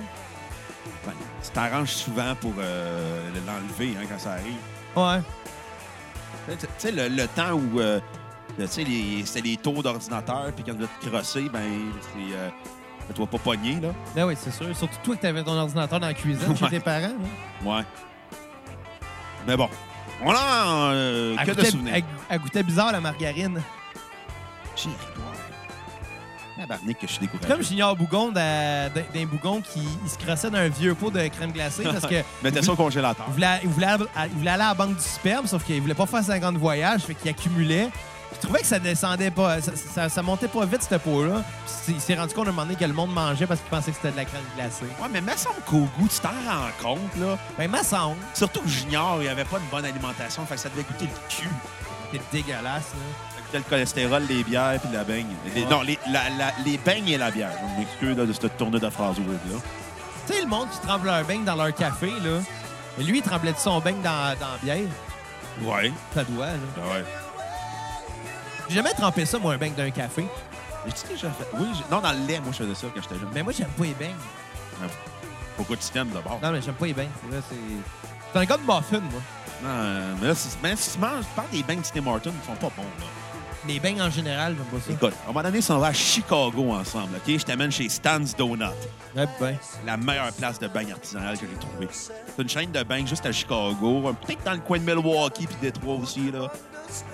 Speaker 1: Ben, tu t'arranges souvent pour euh, l'enlever hein, quand ça arrive.
Speaker 2: Ouais.
Speaker 1: Tu sais, tu sais, le, le temps où euh, tu sais, les- c'était les taux d'ordinateur, puis quand tu vas te crosser, ben, c'est, euh, ben, tu vas pas pogner, là.
Speaker 2: Ben oui, c'est sûr. Surtout toi que t'avais ton ordinateur dans la cuisine chez
Speaker 1: Ouais.
Speaker 2: tes parents. hein.
Speaker 1: Ouais. Mais bon, on a euh,
Speaker 2: Elle
Speaker 1: que de
Speaker 2: goûtait-
Speaker 1: souvenirs.
Speaker 2: Elle, elle goûtait bizarre la margarine.
Speaker 1: J'ai ri, ouais. Tabarnak que je suis découragé.
Speaker 2: Comme Junior Bougon d'un d'un- d'un Bougon qui il se crossait dans un vieux pot de crème glacée
Speaker 1: *laughs*
Speaker 2: parce que
Speaker 1: Mettez ça au congélateur.
Speaker 2: il voulait, il voulait- il voulait aller à la banque du sperme, sauf qu'il voulait pas faire 50 voyages, fait qu'il accumulait. Il trouvait que ça descendait pas, ça, ça, ça montait pas vite, ce pot-là. Puis Il s'est rendu compte à un moment donné que le monde mangeait parce qu'il pensait que c'était de la crème glacée.
Speaker 1: Ouais, mais me semble qu'au goût, tu t'en rends compte, là.
Speaker 2: Ben, ma sonde,
Speaker 1: Surtout que Junior, il avait pas une bonne alimentation, fait que ça devait goûter le cul.
Speaker 2: c'est dégueulasse, là.
Speaker 1: Ça goûtait le cholestérol, les bières puis la beigne. Les-
Speaker 2: Ouais.
Speaker 1: Non, les, la- la- les beignes et la bière. Je m'excuse là, de cette tournée de phrase là.
Speaker 2: Tu sais, le monde qui tremble leur beigne dans leur café, là. Mais lui, il tremblait de son beigne dans, dans la bière.
Speaker 1: Ouais,
Speaker 2: Ça doit, là.
Speaker 1: Ah ouais.
Speaker 2: J'ai jamais trempé ça, moi, un beigne d'un café.
Speaker 1: J'ai-tu déjà fait. Oui, j'ai- non, dans le lait, moi, je faisais ça quand j'étais jeune.
Speaker 2: Mais moi, j'aime pas les beignes.
Speaker 1: Pourquoi tu t'aimes d'abord?
Speaker 2: Non, mais j'aime pas les beignes. C'est vrai, c'est... C'est un gars de muffin, moi.
Speaker 1: Non, euh, mais là, si, mais si tu manges, tu parles des beignes de Tim Hortons, ils sont pas bons, là.
Speaker 2: Les beignes, en général, j'aime pas ça.
Speaker 1: Écoute, à un moment donné, si on va à Chicago ensemble, OK? Je t'amène chez Stan's Donut,
Speaker 2: Ouais, ben.
Speaker 1: la meilleure place de bain artisanale que j'ai trouvée. C'est une chaîne de bain juste à Chicago, euh, peut-être dans le coin de Milwaukee puis Détroit aussi, là.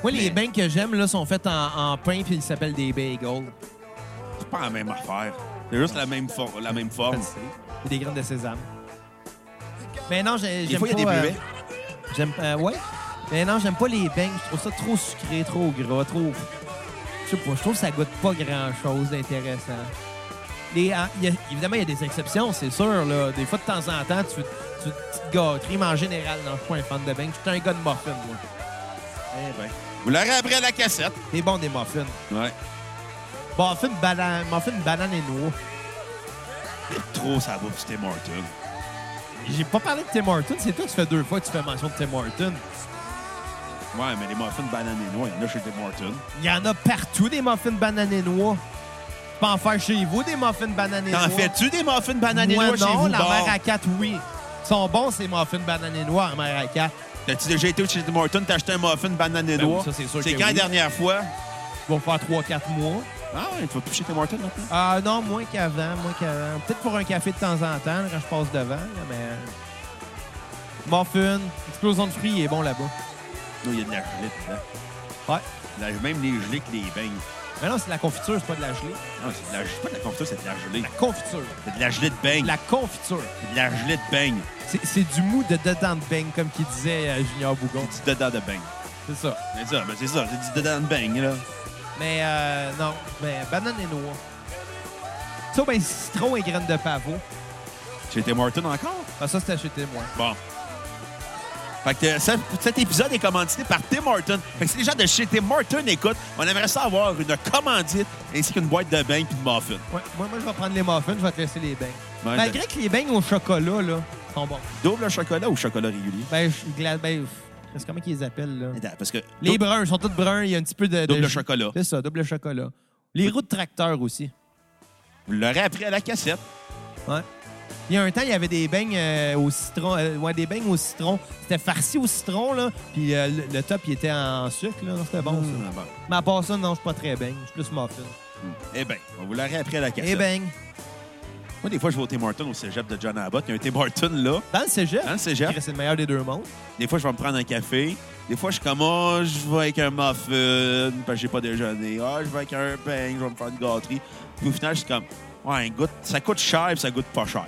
Speaker 2: Moi, les
Speaker 1: Mais- Oh.
Speaker 2: beignes que j'aime, là, sont faites en, en pain, puis ils s'appellent des bagels.
Speaker 1: C'est pas la même affaire. C'est juste la même, for- la même forme.
Speaker 2: Ou des graines de sésame. Mais non,
Speaker 1: Des
Speaker 2: j'ai- j'aime
Speaker 1: fois,
Speaker 2: pas...
Speaker 1: il y a des
Speaker 2: euh,
Speaker 1: buées.
Speaker 2: J'aime... euh, ouais. Mais non, j'aime pas les beignes. Je trouve ça trop sucré, trop gras, trop... Je sais pas, je trouve que ça goûte pas grand-chose d'intéressant. Les- ah, il y a- évidemment, il y a des exceptions, c'est sûr. Là. Des fois, de temps en temps, tu, tu, tu te gâteries, mais en général, non, je suis pas un fan de beignes. Je suis un gars de muffins, moi.
Speaker 1: Vous l'aurez après la cassette.
Speaker 2: C'est bon, des muffins.
Speaker 1: Ouais.
Speaker 2: Muffins, banane, muffins, banane et noix.
Speaker 1: Trop ça va, c'était Martin.
Speaker 2: J'ai pas parlé de Tim Hortons. C'est toi qui fais deux fois que tu fais mention de Tim Hortons.
Speaker 1: Ouais, mais les muffins banane et noix, il y en a chez Tim Hortons.
Speaker 2: Il y en a partout des muffins banane et noix. Tu peux en faire chez vous des muffins banane et noix.
Speaker 1: T'en fais-tu des muffins banane et
Speaker 2: Moi,
Speaker 1: noix
Speaker 2: non,
Speaker 1: chez vous?
Speaker 2: la
Speaker 1: Bon.
Speaker 2: mère à quatre, oui. Ils sont bons, ces muffins banane et noix, la mère à quatre.
Speaker 1: T'as-tu déjà été chez Tim Hortons, t'as acheté un muffin banane et
Speaker 2: Ben oui,
Speaker 1: noix?
Speaker 2: ça, c'est sûr que
Speaker 1: quand la
Speaker 2: oui.
Speaker 1: dernière fois?
Speaker 2: Ils vont faire trois, quatre mois.
Speaker 1: Ah ouais, tu vas plus chez Tim Hortons maintenant?
Speaker 2: Ah non, moins qu'avant, moins qu'avant. Peut-être pour un café de temps en temps, là, quand je passe devant, là, mais... euh, Muffin, explosion de fruits, il est bon là-bas.
Speaker 1: Non, il y a de la gelée dedans.
Speaker 2: Ouais.
Speaker 1: La- même les gelées que les beignes.
Speaker 2: Mais non, c'est de la confiture, c'est pas de la gelée.
Speaker 1: Non, c'est de la, c'est pas de la confiture, c'est de la gelée.
Speaker 2: Confiture.
Speaker 1: C'est de la gelée de beigne.
Speaker 2: La confiture.
Speaker 1: C'est de la gelée de beigne.
Speaker 2: C'est c'est du mou de dedans de beigne, comme qu'il disait euh, Junior Bougon.
Speaker 1: C'est du dedans de beigne.
Speaker 2: C'est ça.
Speaker 1: C'est ça, ben c'est ça. C'est du dedans de beigne, là.
Speaker 2: Mais euh, non, mais banane et noix. Ça, ben citron et graines de pavot.
Speaker 1: Chez Tim Hortons encore?
Speaker 2: Ah, ça, c'est acheté, moi.
Speaker 1: Bon. Fait que euh, cet, cet épisode est commandité par Tim Hortons. Fait que si les gens de chez Tim Hortons écoutent, on aimerait ça avoir une commandite ainsi qu'une boîte de beigne puis de muffins.
Speaker 2: Ouais, moi, moi, je vais prendre les muffins, je vais te laisser les beignes.
Speaker 1: Ouais,
Speaker 2: Malgré que les beignes au chocolat, là, sont bons.
Speaker 1: Double chocolat ou chocolat régulier?
Speaker 2: Ben, je gla... ben, c'est comment qu'ils les appellent, là?
Speaker 1: Attends, Parce que
Speaker 2: Les
Speaker 1: dou-
Speaker 2: bruns, ils sont tous bruns, il y a un petit peu de... de-
Speaker 1: double chocolat.
Speaker 2: C'est ça, double chocolat. Les roues de tracteur aussi.
Speaker 1: Vous l'aurez après à la cassette.
Speaker 2: Ouais. Il y a un temps, il y avait des beignes euh, au citron. euh, ouais, des beignes au citron. C'était farci au citron, là. Puis euh, le, le top, il était en sucre, là. C'était bon, ça.
Speaker 1: Ah, bon.
Speaker 2: Mais à part ça, non, je suis pas très beigne. Je suis plus muffin.
Speaker 1: Eh bien, on vous l'aurait après à la cassette.
Speaker 2: Et beigne.
Speaker 1: Moi, des fois, je vais au Tim Martin au cégep de John Abbott. Il y a un Tim Martin là,
Speaker 2: Dans le cégep.
Speaker 1: dans le
Speaker 2: Chris,
Speaker 1: cégep.
Speaker 2: C'est le meilleur des deux mondes.
Speaker 1: Des fois, je vais me prendre un café. Des fois, je suis comme, oh, je vais avec un muffin parce que j'ai pas déjeuné. Ah, je vais avec un pain, je vais me faire une gâterie. Puis au final, je suis comme, ouais, goûte, ça coûte cher puis ça goûte pas cher.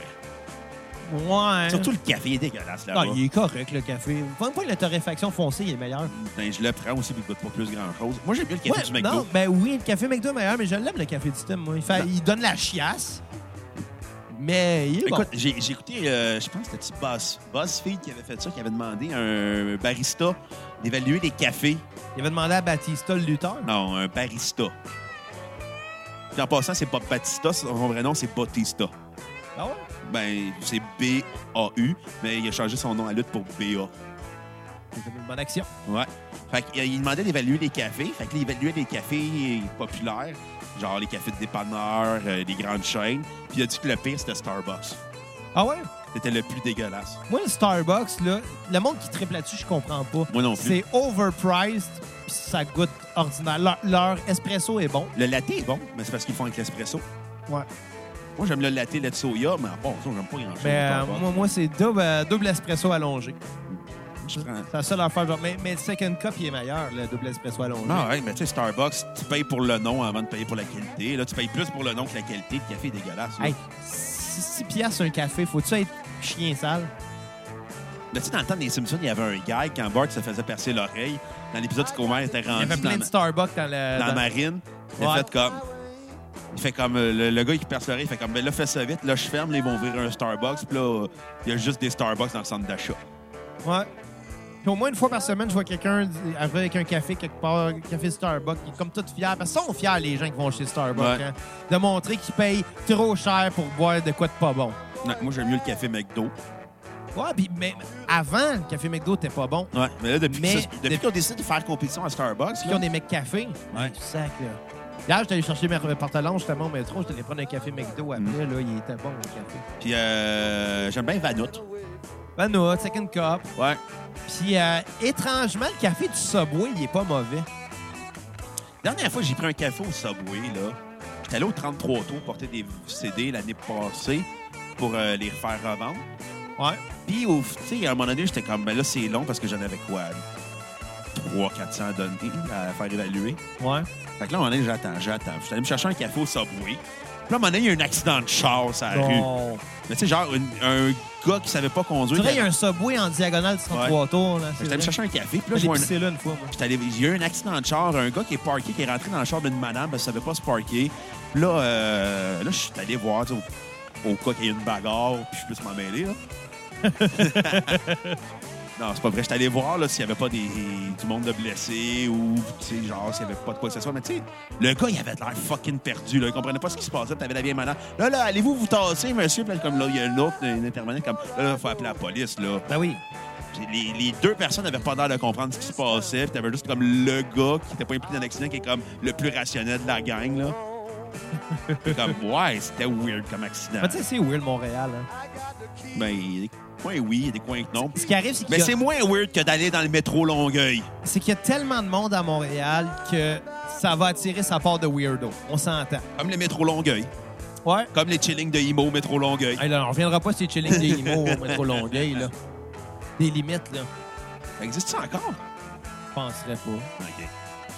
Speaker 2: Ouais.
Speaker 1: Surtout le café il est dégueulasse
Speaker 2: Ah,
Speaker 1: là-bas.
Speaker 2: Hein? il est correct, le café. Vous pensez pas que la torréfaction foncée, il est meilleur?
Speaker 1: Ben, je le prends aussi puis il goûte pas plus grand-chose. Moi, j'aime bien le café
Speaker 2: Ouais,
Speaker 1: du McDo.
Speaker 2: Non, ben oui, le café McDo est meilleur, mais je l'aime, le café du Tim, moi. Il, fait-
Speaker 1: Non.
Speaker 2: il donne la chiasse, mais il est bon.
Speaker 1: Écoute, j'ai j'ai écouté, euh, je pense que c'était Buzz, BuzzFeed qui avait fait ça, qui avait demandé à un barista d'évaluer les cafés.
Speaker 2: Il avait demandé à Batista, le lutteur.
Speaker 1: Non, un barista. Puis en passant, c'est pas Batista, son vrai nom, c'est Bautista.
Speaker 2: Ah ouais?
Speaker 1: Ben, c'est B-A-U, mais il a changé son nom à lutte pour B-A.
Speaker 2: C'était une bonne action.
Speaker 1: Ouais. Fait qu'il il demandait d'évaluer les cafés. Fait qu'il évaluait les cafés populaires, genre les cafés de dépanneurs, euh, les grandes chaînes. Puis il a dit que le pire, c'était Starbucks.
Speaker 2: Ah ouais?
Speaker 1: C'était le plus dégueulasse.
Speaker 2: Moi, le Starbucks, là, le monde qui triple là-dessus, je comprends pas.
Speaker 1: Moi non plus.
Speaker 2: C'est overpriced, puis ça goûte ordinaire. Leur, leur espresso est bon.
Speaker 1: Le latte est bon, mais c'est parce qu'ils font avec l'espresso.
Speaker 2: Ouais.
Speaker 1: Moi, j'aime le latte, le soya, mais bon, ça, j'aime pas grand-chose.
Speaker 2: Mais euh,
Speaker 1: Starbucks.
Speaker 2: moi, moi c'est double, euh, double espresso allongé.
Speaker 1: Je prends-
Speaker 2: C'est la seule affaire. genre, Mais, mais le second cup, il est meilleur, le double espresso allongé.
Speaker 1: Non, ouais, mais tu sais, Starbucks, tu payes pour le nom avant de payer pour la qualité. Là, tu payes plus pour le nom que la qualité. Le café est dégueulasse. là.
Speaker 2: Hey, 6 piastres un café, faut-tu être chien sale?
Speaker 1: Mais tu sais, dans le temps des Simpsons, il y avait un gars quand Bart se faisait percer l'oreille. Dans l'épisode où Homer était
Speaker 2: Il y
Speaker 1: rendu
Speaker 2: avait plein
Speaker 1: dans,
Speaker 2: de Starbucks dans le.
Speaker 1: Ah, dans la
Speaker 2: dans-
Speaker 1: marine, il a
Speaker 2: Ouais.
Speaker 1: fait comme... Il fait comme... euh, Le, le gars qui perce l'oreille, il fait comme, ben là, fais ça vite. Là, je ferme, là, ils vont ouvrir un Starbucks. Puis là, euh, il y a juste des Starbucks dans le centre d'achat.
Speaker 2: Ouais. Puis au moins une fois par semaine, je vois quelqu'un d- arriver avec un café quelque part, un café Starbucks, qui est comme tout fier. Parce qu'ils sont fiers, les gens qui vont chez Starbucks,
Speaker 1: Ouais.
Speaker 2: hein, de montrer qu'ils payent trop cher pour boire de quoi de pas bon.
Speaker 1: Non, moi, j'aime mieux le café McDo.
Speaker 2: Ouais, puis mais avant, le café McDo était pas bon.
Speaker 1: Ouais. Mais là, depuis
Speaker 2: Mais-
Speaker 1: qu'ils se- depuis
Speaker 2: depuis-
Speaker 1: qu'ils ont décidé de faire compétition à Starbucks,
Speaker 2: Puis
Speaker 1: là,
Speaker 2: on est mec café.
Speaker 1: Ouais.
Speaker 2: Du sac, là. Hier, j'étais allé chercher mes pantalons justement au métro. J'étais allé prendre un café McDo après.
Speaker 1: Mm.
Speaker 2: Là, il était bon, le café.
Speaker 1: puis euh, j'aime bien Vanout.
Speaker 2: Vanilla, second cup.
Speaker 1: Ouais.
Speaker 2: Puis, euh, étrangement, le café du Subway, il est pas mauvais.
Speaker 1: Dernière fois, j'ai pris un café au Subway, là. J'étais allé au 33 Tours porter des CD l'année passée pour euh, les refaire revendre.
Speaker 2: Ouais.
Speaker 1: Puis, au, tu sais, à un moment donné, j'étais comme, ben là, c'est long parce que j'en avais quoi? 3 400 à donner, à faire évaluer.
Speaker 2: Ouais.
Speaker 1: Fait que là, à un moment donné, j'attends, j'attends. J'étais allé me chercher un café au Subway. Puis là, à un moment donné, il y a eu un accident de char sur la rue.
Speaker 2: Bon.
Speaker 1: Mais tu sais, genre, une- un gars qui savait pas conduire.
Speaker 2: Tu dirais, il y
Speaker 1: qui-
Speaker 2: a un Subway en diagonale du 33 tours. Là, c'est
Speaker 1: J'étais allé me
Speaker 2: vrai.
Speaker 1: chercher un café. Puis là, je
Speaker 2: J'ai
Speaker 1: vois un-
Speaker 2: pissé là une fois, moi.
Speaker 1: J'étais allé- Il y a eu un accident de char, un gars qui est parké, qui est rentré dans le char d'une madame, parce qu'elle savait pas se parquer. Puis là, euh, là je suis allé voir, tu sais, au, au cas qu'il y ait une bagarre, puis je puisse m'en mêler. Là. non, c'est pas vrai. J'étais allé voir là, s'il y avait pas des, du monde de blessés ou, tu sais, genre, s'il y avait pas de quoi que ce soit. Mais tu sais, le gars, il avait l'air fucking perdu. Là. Il comprenait pas ce qui se passait. Puis t'avais la vieille madame. Là, là, allez-vous vous tasser, monsieur? Puis là, comme là, il y a un autre, un intervenant, comme, là, là, faut appeler la police, là.
Speaker 2: Ben oui.
Speaker 1: Ah. Puis Les, les deux personnes n'avaient pas l'air de comprendre ce qui se passait. Puis t'avais juste comme le gars qui n'était pas impliqué dans l'accident, qui est comme le plus rationnel de la gang,
Speaker 2: *laughs*
Speaker 1: là. Puis comme, ouais, c'était weird comme accident.
Speaker 2: Mais Bah, Ben, tu sais, c'est weird, Montréal. hein.
Speaker 1: Ben, il y a des coins oui, il y a des coins que non.
Speaker 2: Ce qui arrive, c'est
Speaker 1: Mais
Speaker 2: qu'il y,
Speaker 1: Ben, c'est
Speaker 2: a-
Speaker 1: moins weird que d'aller dans le métro Longueuil.
Speaker 2: c'est qu'il y a tellement de monde à Montréal que ça va attirer sa part de weirdo. On s'entend.
Speaker 1: Comme le métro Longueuil.
Speaker 2: Ouais.
Speaker 1: Comme les chillings de Imo au métro Longueuil.
Speaker 2: Hey, là, on reviendra pas sur les chillings des limo au métro Longueuil, là. Des limites, là.
Speaker 1: Ça existe ça encore?
Speaker 2: Je penserais pas.
Speaker 1: OK.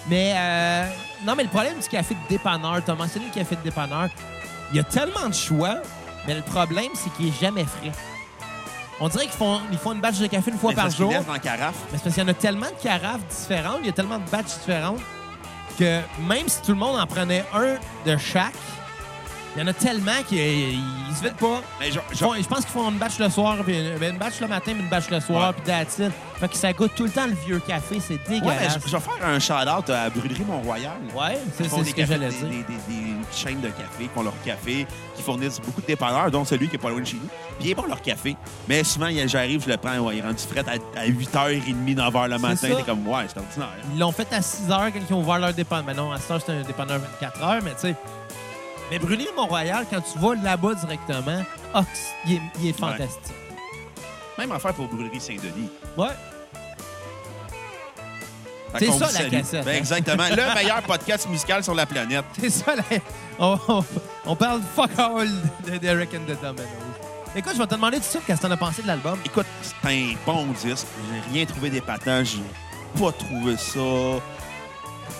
Speaker 2: Mais euh, non, mais le problème du café de dépanneur, t'as mentionné le café de dépanneur. Il y a tellement de choix, mais le problème, c'est qu'il est jamais frais. On dirait qu'ils font, ils font une batch de café une fois
Speaker 1: Mais
Speaker 2: par
Speaker 1: parce qu'ils
Speaker 2: jour,
Speaker 1: laissent dans la carafe.
Speaker 2: mais c'est parce qu'il y en a tellement de carafes différentes, il y a tellement de batches différentes, que même si tout le monde en prenait un de chaque, il y en a tellement qu'ils ils se vident pas.
Speaker 1: Mais genre,
Speaker 2: Ils font- je pense qu'ils font une batch le soir, puis une, ben, une batch le matin, puis une batch le soir,
Speaker 1: Ouais.
Speaker 2: puis that's it. Fait que ça goûte tout le temps le vieux café, c'est
Speaker 1: ouais, mais
Speaker 2: dégueulasse.
Speaker 1: je, je vais faire un shout-out à la Brûlerie Mont-Royal.
Speaker 2: Ouais, c'est
Speaker 1: Ils
Speaker 2: c'est
Speaker 1: font
Speaker 2: ce
Speaker 1: des
Speaker 2: que
Speaker 1: cafés-
Speaker 2: j'allais
Speaker 1: des-
Speaker 2: dire.
Speaker 1: Des, des- des chaînes de café qui font leur café, qui fournissent beaucoup de dépanneurs, dont celui qui est pas loin de chez nous. Puis ils est bon leur café. Mais souvent, il- j'arrive, je le prends, ouais, il est rendu fret à, à 8h30, 9h le matin.
Speaker 2: ça.
Speaker 1: T'es comme, ouais, c'est ordinaire.
Speaker 2: Ils l'ont fait à 6 heures quand ils ont ouvert leur dépanneur. Mais non, à 6 heures, c'était un dépanneur 24 heures, mais tu sais. Mais Brûler Mont-Royal, quand tu vas là-bas directement, ox- il est, il est fantastique.
Speaker 1: hein. Même affaire pour Brûlerie Saint-Denis.
Speaker 2: Ouais.
Speaker 1: Fait
Speaker 2: C'est
Speaker 1: qu'on
Speaker 2: ça,
Speaker 1: vous
Speaker 2: la
Speaker 1: salue.
Speaker 2: cassette,
Speaker 1: Ben,
Speaker 2: hein?
Speaker 1: exactement.
Speaker 2: *laughs*
Speaker 1: le meilleur podcast musical sur la planète.
Speaker 2: C'est ça, là. On, on- on parle fuck all de Derek and the Dominoes. Écoute, je vais te demander tout de suite qu'est-ce que t'en as pensé de l'album.
Speaker 1: Écoute, c'est un bon disque. J'ai rien trouvé d'épatant. J'ai pas trouvé ça.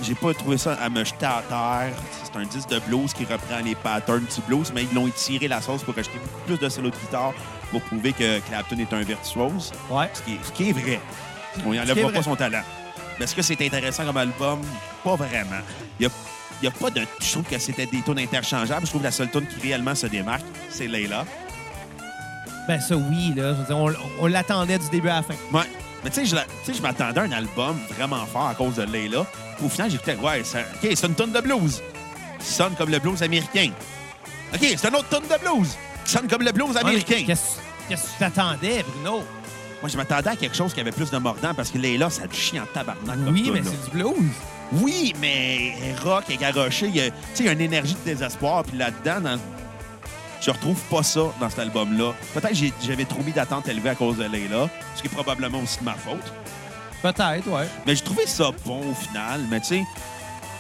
Speaker 1: J'ai pas trouvé ça à me jeter à terre. C'est un disque de blues qui reprend les patterns du blues, mais ils l'ont étiré la sauce pour acheter plus de solo de guitare pour prouver que Clapton est un virtuose.
Speaker 2: Ouais.
Speaker 1: Ce qui est, ce qui est vrai. On n'y
Speaker 2: Ce qui est
Speaker 1: enlèvera
Speaker 2: vrai.
Speaker 1: pas son talent. Mais est-ce que c'est intéressant comme album? Pas vraiment. Il n'y a, il y a pas de. Je trouve que c'était des tunes interchangeables. Je trouve que la seule tune qui réellement se démarque, c'est Layla.
Speaker 2: Ben ça, oui, là. Je veux dire, on, on l'attendait du début à la fin.
Speaker 1: Ouais. Mais tu sais, je la- tu sais, je m'attendais à un album vraiment fort à cause de Layla. Puis Au final, j'écoutais, ouais, ça, OK, c'est une tonne de blues. Qui sonne comme le blues américain. OK, c'est une autre tonne de blues. Qui sonne comme le blues américain.
Speaker 2: Ouais, mais Qu'est-ce qu'est-ce que tu t'attendais, Bruno?
Speaker 1: Moi, je m'attendais à quelque chose qui avait plus de mordant parce que Layla, ça te chie en tabarnak. comme
Speaker 2: Oui,
Speaker 1: tune,
Speaker 2: mais
Speaker 1: là.
Speaker 2: c'est du blues.
Speaker 1: Oui, mais rock et garoché, il y a- tu sais, il y a une énergie de désespoir. Puis là-dedans, dans- je retrouve pas ça dans cet album-là. Peut-être que j'ai- j'avais trop mis d'attente élevée à cause de Layla, ce qui est probablement aussi de ma faute.
Speaker 2: Peut-être, ouais.
Speaker 1: Mais j'ai trouvé ça bon au final. Mais tu sais,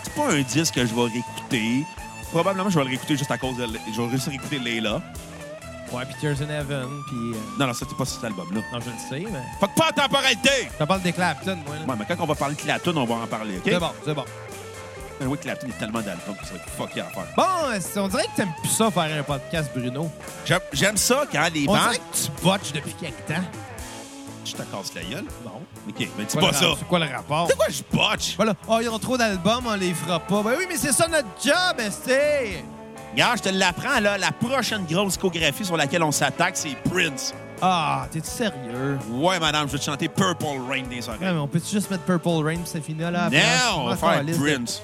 Speaker 1: c'est pas un disque que je vais réécouter. Probablement, je vais le réécouter juste à cause de. Je vais juste réécouter Layla.
Speaker 2: Ouais, puis Tears in Heaven, puis... euh,
Speaker 1: Non, non, ça, c'est pas cet album-là.
Speaker 2: non, je le sais, mais...
Speaker 1: Fait que pas en temporalité!
Speaker 2: Je te parle des Clapton, moi, là.
Speaker 1: Ouais, mais quand on va parler de Clapton, on va en parler, OK?
Speaker 2: C'est bon, c'est bon.
Speaker 1: Mais oui, Clapton, il y a tellement d'albums que ça va être fucké à faire.
Speaker 2: Bon, euh, on dirait que t'aimes plus ça faire un podcast, Bruno.
Speaker 1: J'aime- J'aime ça quand les
Speaker 2: On
Speaker 1: bandes.
Speaker 2: dirait que tu botches depuis quelque temps.
Speaker 1: Je te casse la gueule.
Speaker 2: Non.
Speaker 1: OK, mais dis
Speaker 2: Quoi
Speaker 1: pas
Speaker 2: le
Speaker 1: ça.
Speaker 2: rap- C'est quoi le rapport?
Speaker 1: C'est quoi, je botche?
Speaker 2: Voilà. Oh, ils ont trop d'albums, on les fera pas. Ben oui, mais c'est ça notre job, eh, esti!
Speaker 1: Regarde, je te l'apprends, là. La prochaine grosse discographie sur laquelle on s'attaque, c'est Prince.
Speaker 2: Ah, t'es-tu sérieux?
Speaker 1: Ouais, madame, je vais te chanter Purple Rain des oreilles.
Speaker 2: Ouais, mais on peut-tu juste mettre Purple Rain puis c'est fini, là? après?
Speaker 1: non, on va
Speaker 2: Ah,
Speaker 1: faire
Speaker 2: caliste.
Speaker 1: Prince.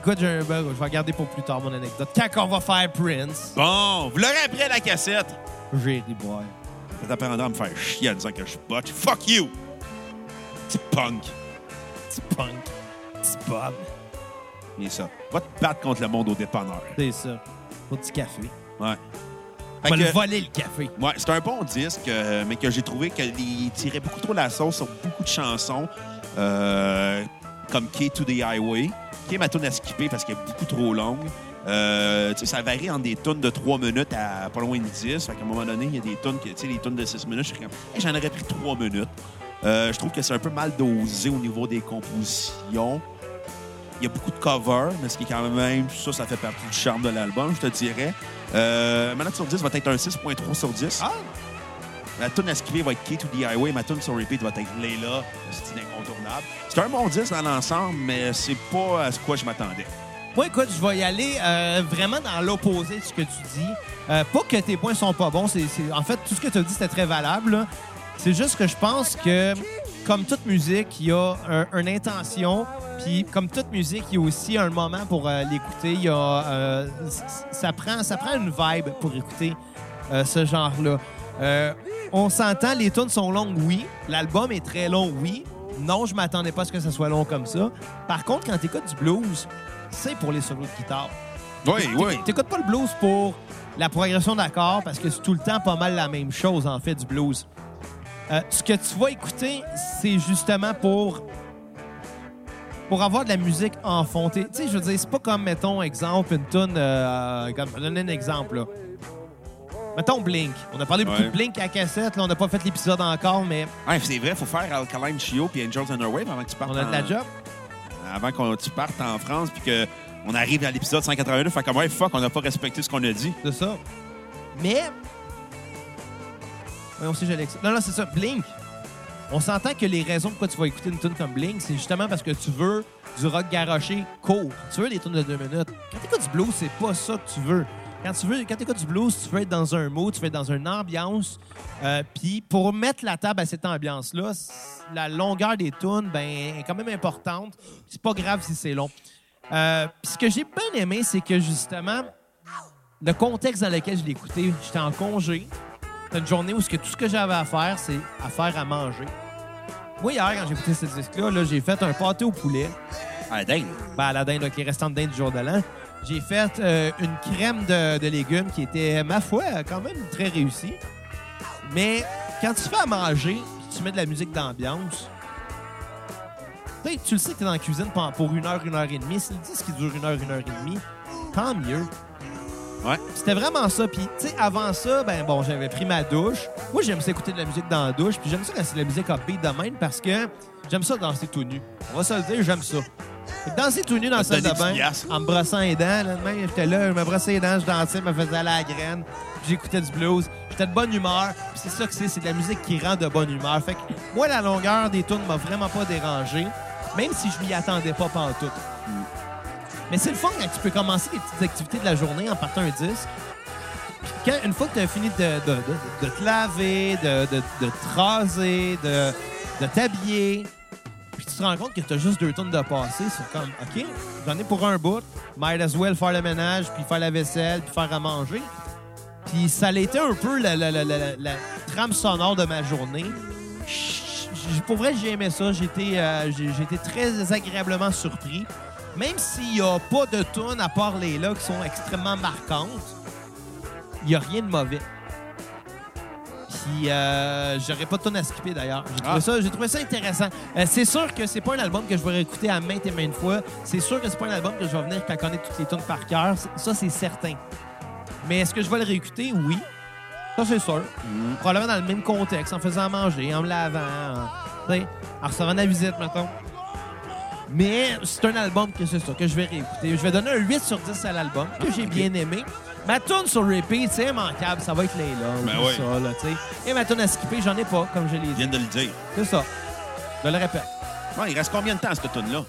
Speaker 2: Écoute, j'ai un bug, je vais garder pour plus tard mon anecdote. Quand on va faire Prince,
Speaker 1: Bon, vous l'aurez après la cassette.
Speaker 2: j'ai ri boire.
Speaker 1: Ça t'apprendra à me faire chier en disant que je botche. Fuck you! Petit punk.
Speaker 2: Petit punk, petit pop.
Speaker 1: Mais ça. Va te battre contre le monde au dépanneur.
Speaker 2: C'est ça. Pour du café.
Speaker 1: Ouais.
Speaker 2: On
Speaker 1: Fait
Speaker 2: va
Speaker 1: que-
Speaker 2: le voler, le café.
Speaker 1: Ouais, c'est un bon disque, euh, mais que j'ai trouvé qu'il tirait beaucoup trop la sauce sur beaucoup de chansons, euh, comme Key to the Highway, qui est ma tune à skipper parce qu'elle est beaucoup trop longue. Euh, tu sais, ça varie entre des tunes de 3 minutes à pas loin de 10. Fait qu'à un moment donné, il y a des tunes, que- tu sais, les tunes de 6 minutes, je suis comme, Hey, j'en aurais pris 3 minutes. Euh, je trouve que c'est un peu mal dosé au niveau des compositions. Il y a beaucoup de covers, mais ce qui est quand même, ça, ça fait partie du charme de l'album, je te dirais. Euh, ma note sur 10 va être un 6.3 sur 10.
Speaker 2: Ah!
Speaker 1: La tune à skipper va être Key to the Highway. Ma tune sur repeat va être Layla. C'est incontournable. C'est un bon disque dans l'ensemble, mais c'est pas à ce quoi je m'attendais.
Speaker 2: Moi, écoute, je vais y aller euh, vraiment dans l'opposé de ce que tu dis. Euh, pas que tes points sont pas bons. c'est- c'est- En fait, tout ce que tu as dit, c'était très valable. là. C'est juste que je pense que, comme toute musique, il y a un- une intention. Puis, comme toute musique, il y a aussi un moment pour euh, l'écouter. Il y a, euh, c- c- ça, prend, ça prend une vibe pour écouter euh, ce genre-là. Euh, on s'entend, les tunes sont longues, oui. L'album est très long, oui. Non, je m'attendais pas à ce que ça soit long comme ça. Par contre, quand tu écoutes du blues, c'est pour les solos de guitare.
Speaker 1: Oui, oui.
Speaker 2: T'écoutes pas le blues pour la progression d'accords parce que c'est tout le temps pas mal la même chose, en fait, du blues. Euh, ce que tu vas écouter, c'est justement pour pour avoir de la musique en fond. T'es- Tu sais, je veux dire, c'est pas comme, mettons, exemple, une tune... Euh, comme- je vais donner un exemple, là. Mettons Blink. On a parlé beaucoup
Speaker 1: Ouais.
Speaker 2: de Blink à cassette. Là, on n'a pas fait l'épisode encore, mais
Speaker 1: Ouais, c'est vrai, faut faire Alkaline Chio puis Angels Under Wave avant que tu partes.
Speaker 2: on a de
Speaker 1: en-
Speaker 2: la job.
Speaker 1: Avant qu'on tu partes en France puis que on arrive à l'épisode 182. Fait comme, ouais, fuck, on n'a pas respecté ce qu'on a dit.
Speaker 2: C'est ça. Mais. Voyons si j'allais. Non, non, c'est ça. Blink. On s'entend que les raisons pourquoi tu vas écouter une tune comme Blink, c'est justement parce que tu veux du rock garoché court. Tu veux des tunes de deux minutes. Quand t'écoutes du blues, c'est pas ça que tu veux. Quand tu veux, quand t'écoutes du blues, tu veux être dans un mot, tu veux être dans une ambiance. Euh, Puis pour mettre la table à cette ambiance-là, c- la longueur des tunes ben, est quand même importante. C'est pas grave si c'est long. Euh, Puis ce que j'ai bien aimé, c'est que justement, le contexte dans lequel je l'ai écouté, j'étais en congé. C'était une journée où ce que tout ce que j'avais à faire, c'est à faire à manger. Moi, hier, quand j'ai écouté ce disque-là, là, j'ai fait un pâté au poulet,
Speaker 1: Ah, dingue.
Speaker 2: ben, à la dinde, avec les restants de dinde du jour de l'an. J'ai fait euh, une crème de, de légumes qui était, ma foi, quand même très réussie. Mais quand tu fais à manger, puis tu mets de la musique d'ambiance. Tu sais, tu le sais que t'es dans la cuisine pen- pour une heure, une heure et demie. S'ils disent qu'il dure une heure, une heure et demie, tant mieux.
Speaker 1: Ouais.
Speaker 2: C'était vraiment ça. Puis, tu sais, avant ça, ben bon, j'avais pris ma douche. Moi, j'aime ça écouter de la musique dans la douche. Puis, j'aime ça quand c'est de la musique upbeat de même parce que j'aime ça danser tout nu. On va se le dire, j'aime ça. Fait que Danser tout nu dans la
Speaker 1: Ça
Speaker 2: salle
Speaker 1: te
Speaker 2: de
Speaker 1: donne
Speaker 2: bain,
Speaker 1: des piastres.
Speaker 2: en me brossant les dents, là, de même, j'étais là, je me brossais les dents, je dansais, je me faisais aller à la graine, puis j'écoutais du blues, j'étais de bonne humeur, puis c'est ça que c'est, c'est de la musique qui rend de bonne humeur. Fait que moi, la longueur des tunes m'a vraiment pas dérangé, même si je m'y attendais pas pantoute. Mais c'est le fun quand tu peux commencer les petites activités de la journée en partant un disque. Puis Quand, une fois que tu as fini de, de- de- de te laver, de, de, de te raser, de, de t'habiller, puis tu te rends compte que tu as juste deux tonnes de passé, c'est comme, OK, j'en ai pour un bout, might as well faire le ménage, puis faire la vaisselle, puis faire à manger. Puis ça l'était un peu la, la- la- la- la- la trame sonore de ma journée. Ch- j- Pour vrai, j'ai aimé ça. J'étais euh, j'ai- j'ai été très agréablement surpris. Même s'il n'y a pas de tunes à part les là qui sont extrêmement marquantes, il n'y a rien de mauvais. Puis euh, j'aurais pas de tonne à skipper d'ailleurs. J'ai trouvé,
Speaker 1: Ah.
Speaker 2: ça- j'ai trouvé ça intéressant. Euh, c'est sûr que c'est pas un album que je vais réécouter à maintes et maintes fois. C'est sûr que c'est pas un album que je vais venir caconner toutes les tunes par cœur. C'est- Ça, c'est certain. Mais est-ce que je vais le réécouter? Oui. Ça, c'est sûr.
Speaker 1: Mm.
Speaker 2: Probablement dans le même contexte, en faisant à manger, en me lavant, en, tu sais, en recevant de la visite, mettons. Mais c'est un album que c'est ça, que je vais réécouter. Je vais donner un 8 sur 10 à l'album, que j'ai bien aimé. Ma tune sur repeat, c'est immanquable, ça va être Layla. ou
Speaker 1: Ben
Speaker 2: tout
Speaker 1: oui.
Speaker 2: ça, Ah, là, tu sais. Et ma tune à skipper, j'en ai pas, comme je l'ai
Speaker 1: Je
Speaker 2: dit.
Speaker 1: viens de le dire.
Speaker 2: C'est ça. Je le répète.
Speaker 1: Ouais, il reste combien de temps, cette tune là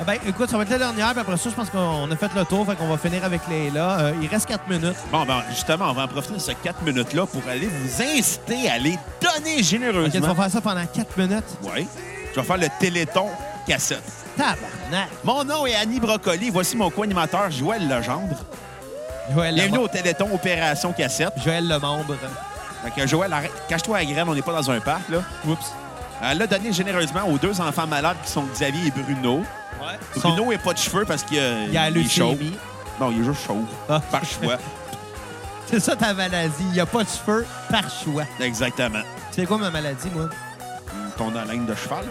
Speaker 2: Ah ben, écoute, ça va être la dernière, puis après ça, je pense qu'on a fait le tour, fait qu'on va finir avec Layla. Euh, il reste 4 minutes.
Speaker 1: Bon, ben, justement, on va en profiter de ces quatre minutes-là pour aller vous inciter à aller donner
Speaker 2: Ok, tu vas
Speaker 1: généreusement.
Speaker 2: faire ça pendant 4 minutes.
Speaker 1: Oui. Je vais faire le Téléthon cassette.
Speaker 2: Tabarnak!
Speaker 1: Mon nom est Annie Brocoli. Voici mon co-animateur, Joël Legendre.
Speaker 2: Joël
Speaker 1: Bienvenue
Speaker 2: Lemombre.
Speaker 1: au Téléthon Opération Cassette.
Speaker 2: Joël Lemombre.
Speaker 1: Fait que Joël, arrête- cache-toi à la graine, on n'est pas dans un parc, là.
Speaker 2: Oups.
Speaker 1: Elle l'a donné généreusement aux deux enfants malades qui sont Xavier et Bruno.
Speaker 2: Ouais.
Speaker 1: Bruno n'a pas de cheveux parce qu'il
Speaker 2: Il y a
Speaker 1: est chaud.
Speaker 2: leucémie.
Speaker 1: Non, il est juste chaud.
Speaker 2: Ah.
Speaker 1: Par
Speaker 2: *laughs*
Speaker 1: choix.
Speaker 2: C'est ça ta maladie. Il n'y a pas de cheveux par choix.
Speaker 1: Exactement.
Speaker 2: C'est quoi ma maladie, moi?
Speaker 1: Ton haleine de cheval.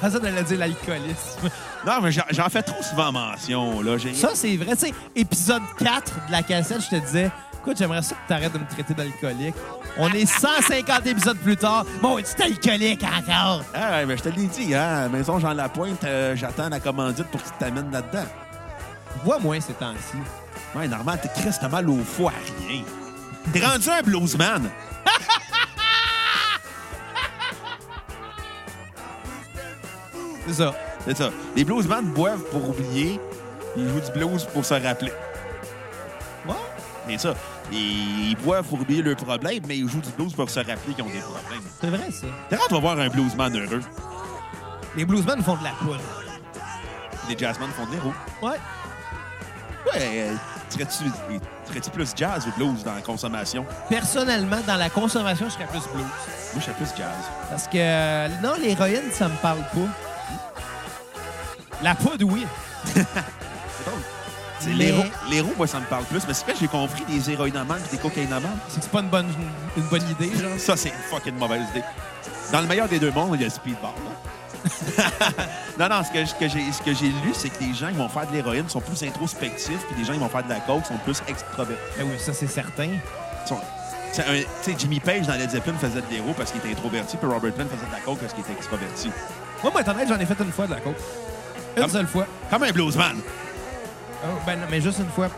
Speaker 2: Pas ça de la dire l'alcoolisme.
Speaker 1: Non, mais j'en- j'en fais trop souvent mention, là. J'ai-
Speaker 2: Ça, c'est vrai. Tu sais, épisode 4 de la cassette, je te disais, écoute, j'aimerais ça que tu arrêtes de me traiter d'alcoolique. On est 150 épisodes plus tard. Bon, tu es alcoolique encore.
Speaker 1: Ah, ouais, mais je te l'ai dit, hein. à la Maison Jean Lapointe, euh, j'attends la commandite pour qu'il t'amène là-dedans.
Speaker 2: Vois moins ces temps-ci.
Speaker 1: Ouais, normal, t'es Christ, t'as mal au foie, à rien. T'es rendu un bluesman.
Speaker 2: C'est ça.
Speaker 1: C'est ça. Les bluesmen boivent pour oublier, ils jouent du blues pour se rappeler.
Speaker 2: Ouais.
Speaker 1: C'est ça. Ils ils boivent pour oublier leurs problèmes, mais ils jouent du blues pour se rappeler qu'ils ont des problèmes.
Speaker 2: C'est vrai, ça.
Speaker 1: T'es rare de voir un bluesman heureux.
Speaker 2: Les bluesmen font de la poule.
Speaker 1: Les jazzmen font de l'héros.
Speaker 2: Ouais.
Speaker 1: Ouais, euh, serais-tu serais-tu plus jazz ou blues dans la consommation? Moi,
Speaker 2: Personnellement, dans la consommation, je serais plus blues.
Speaker 1: je suis plus jazz.
Speaker 2: Parce que, euh, non, l'héroïne, ça me parle pas. La poudre, oui.
Speaker 1: C'est drôle. C'est
Speaker 2: Mais-
Speaker 1: l'héros. L'héros, moi, ça me parle plus. Mais c'est vrai que j'ai compris des héroïnomans et des cocaïnomans.
Speaker 2: C'est que c'est pas une bonne, une, une bonne idée, genre.
Speaker 1: Ça, c'est une fucking mauvaise idée. Dans le meilleur des deux mondes, il y a le speedball. là. *laughs* non, non, ce que, ce que j'ai ce que j'ai lu, c'est que les gens qui vont faire de l'héroïne sont plus introspectifs, puis les gens qui vont faire de la coke sont plus extrovertis.
Speaker 2: Ben oui, ça, c'est certain.
Speaker 1: Sont- c'est un- Tu sais, Jimmy Page dans Led Zeppelin faisait de l'héros parce qu'il était introverti, puis Robert Plant faisait de la coke parce qu'il était extroverti.
Speaker 2: Moi, moi, étant honnête, j'en ai fait une fois de la coke. Une
Speaker 1: Comme-
Speaker 2: seule fois.
Speaker 1: Comme un bluesman.
Speaker 2: Oh, ben non, mais juste une fois.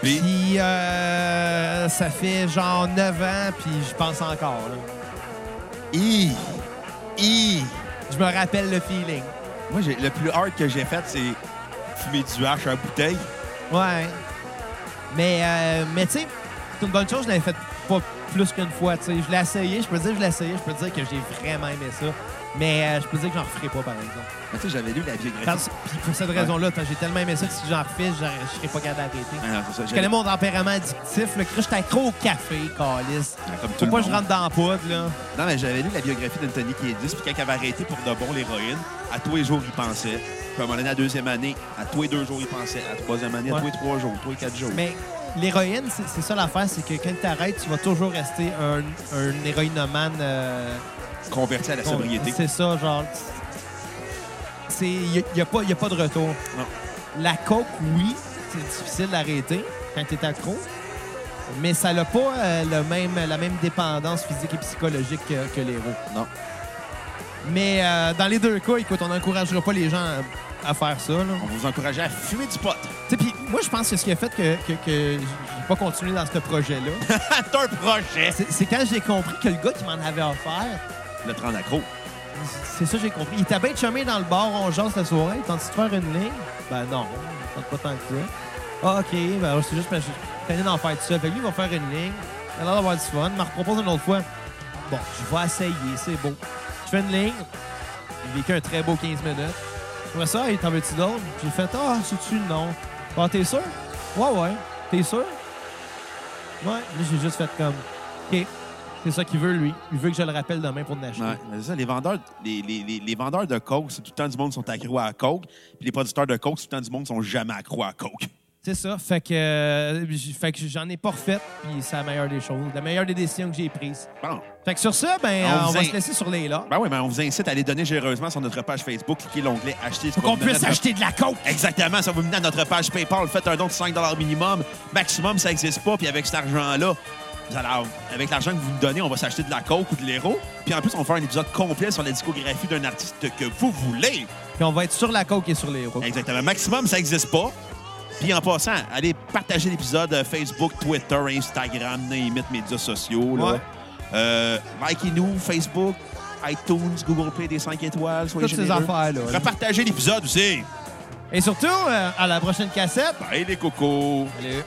Speaker 1: Puis,
Speaker 2: Puis, euh, ça fait genre 9 ans, puis je pense encore. là.
Speaker 1: hi, hi.
Speaker 2: Je me rappelle le feeling.
Speaker 1: Moi, j'ai- le plus hard que j'ai fait, c'est fumer du hache à la bouteille.
Speaker 2: Ouais. Mais, euh, mais tu sais, c'est une bonne chose, je l'avais fait pas plus qu'une fois. tu sais. Je l'ai essayé, je peux dire que je l'ai essayé, je peux dire que j'ai vraiment aimé ça. Mais euh, je peux dire que j'en referai pas, par exemple.
Speaker 1: Mais Ah, tu sais, j'avais lu la biographie.
Speaker 2: Parce- puis pour cette raison-là, t'as- j'ai tellement aimé ça que si j'en refais, j'aurais- je serais pas capable d'arrêter.
Speaker 1: Ah non, c'est ça,
Speaker 2: Je
Speaker 1: j'avais-
Speaker 2: connais mon tempérament addictif. Le crush, j'étais accro au café, calice.
Speaker 1: Ah, Comme tout le
Speaker 2: Pourquoi
Speaker 1: monde.
Speaker 2: je rentre dans la poudre, là?
Speaker 1: Non, mais j'avais lu la biographie d'Anthony Kiedis, puis quand elle avait arrêté pour de bon l'héroïne, À tous les jours, il pensait. Puis à un moment donné, la deuxième année, à tous les deux jours, il pensait. À la troisième année, à
Speaker 2: Ouais.
Speaker 1: tous les trois jours, tous les quatre jours.
Speaker 2: Mais l'héroïne, c'est c'est ça l'affaire, c'est que quand tu arrêtes, tu vas toujours rester un, un héroïnomane. euh,
Speaker 1: Converti à la
Speaker 2: con-
Speaker 1: sobriété.
Speaker 2: C'est ça, genre. Il n'y a, pas- y a pas de retour.
Speaker 1: Non.
Speaker 2: La coke, oui, c'est difficile d'arrêter quand tu es accro, mais ça n'a pas euh, le même, la même dépendance physique et psychologique que, que l'héros.
Speaker 1: Non.
Speaker 2: Mais euh, dans les deux cas, écoute, on n'encouragera pas les gens à, à faire ça. là.
Speaker 1: On va vous encourager à fumer du pot. *laughs*
Speaker 2: Tu sais, puis moi, je pense que ce qui a fait que, que, que j'ai pas continué dans ce projet-là,
Speaker 1: C'est un projet.
Speaker 2: c'est c'est quand j'ai compris que le gars qui m'en avait offert,
Speaker 1: Le prendre accro.
Speaker 2: c'est ça que j'ai compris. Il était bien chumé dans le bar, on jase la soirée, tandis de faire une ligne. Ben non, pas, pas tant que ça. Ah, OK, ben c'est juste parce que je suis tanné d'en faire tout ça. Fait que lui, il va faire une ligne, il a l'air d'avoir du fun, il me repropose une autre fois. Bon, je vais essayer, c'est beau. Je fais une ligne, j'ai vécu un très beau 15 minutes. Après ça, il t'en veux-tu d'autres? J'ai fait, ah, c'est-tu? Non. Bon, t'es sûr? Ouais, ouais. T'es sûr? Ouais. Là, j'ai juste fait comme, OK, c'est ça qu'il veut, lui. Il veut que je le rappelle demain pour l'acheter.
Speaker 1: Ouais, mais c'est ça, les vendeurs, les, les- les- les vendeurs de coke, c'est tout le temps du monde qui sont accro à la coke, puis les producteurs de coke, c'est tout le temps du monde qui sont jamais accro à la coke.
Speaker 2: C'est ça. Fait que, euh, j- fait que j'en ai pas refait, puis c'est la meilleure des choses, la meilleure des décisions que j'ai prises.
Speaker 1: Bon,
Speaker 2: Fait que sur ça, ben,
Speaker 1: On
Speaker 2: euh, on,
Speaker 1: vous
Speaker 2: va
Speaker 1: in-
Speaker 2: se laisser sur les là.
Speaker 1: ben oui, mais on vous incite à aller donner généreusement sur notre page Facebook, cliquez l'onglet acheter.
Speaker 2: Pour qu'on puisse acheter de la coke.
Speaker 1: Exactement, ça vous mène à notre page PayPal, faites un don de 5 minimum, maximum ça n'existe pas, puis avec cet argent-là, vous allez avoir- avec l'argent que vous nous donnez, on va s'acheter de la coke ou de l'héros, puis en plus on va faire un épisode complet sur la discographie d'un artiste que vous voulez.
Speaker 2: Puis on va être sur la coke et sur les roues.
Speaker 1: Exactement. Maximum, ça n'existe pas. Puis en passant, allez partager l'épisode euh, Facebook, Twitter, Instagram, limite médias sociaux. Là.
Speaker 2: Ouais.
Speaker 1: Euh, Likez-nous, Facebook, iTunes, Google Play des 5 étoiles. Soyez
Speaker 2: Toutes ces
Speaker 1: généreux.
Speaker 2: affaires-là, là.
Speaker 1: Repartagez l'épisode aussi.
Speaker 2: Et surtout, euh, à la prochaine cassette.
Speaker 1: Bye les cocos.
Speaker 2: Allez.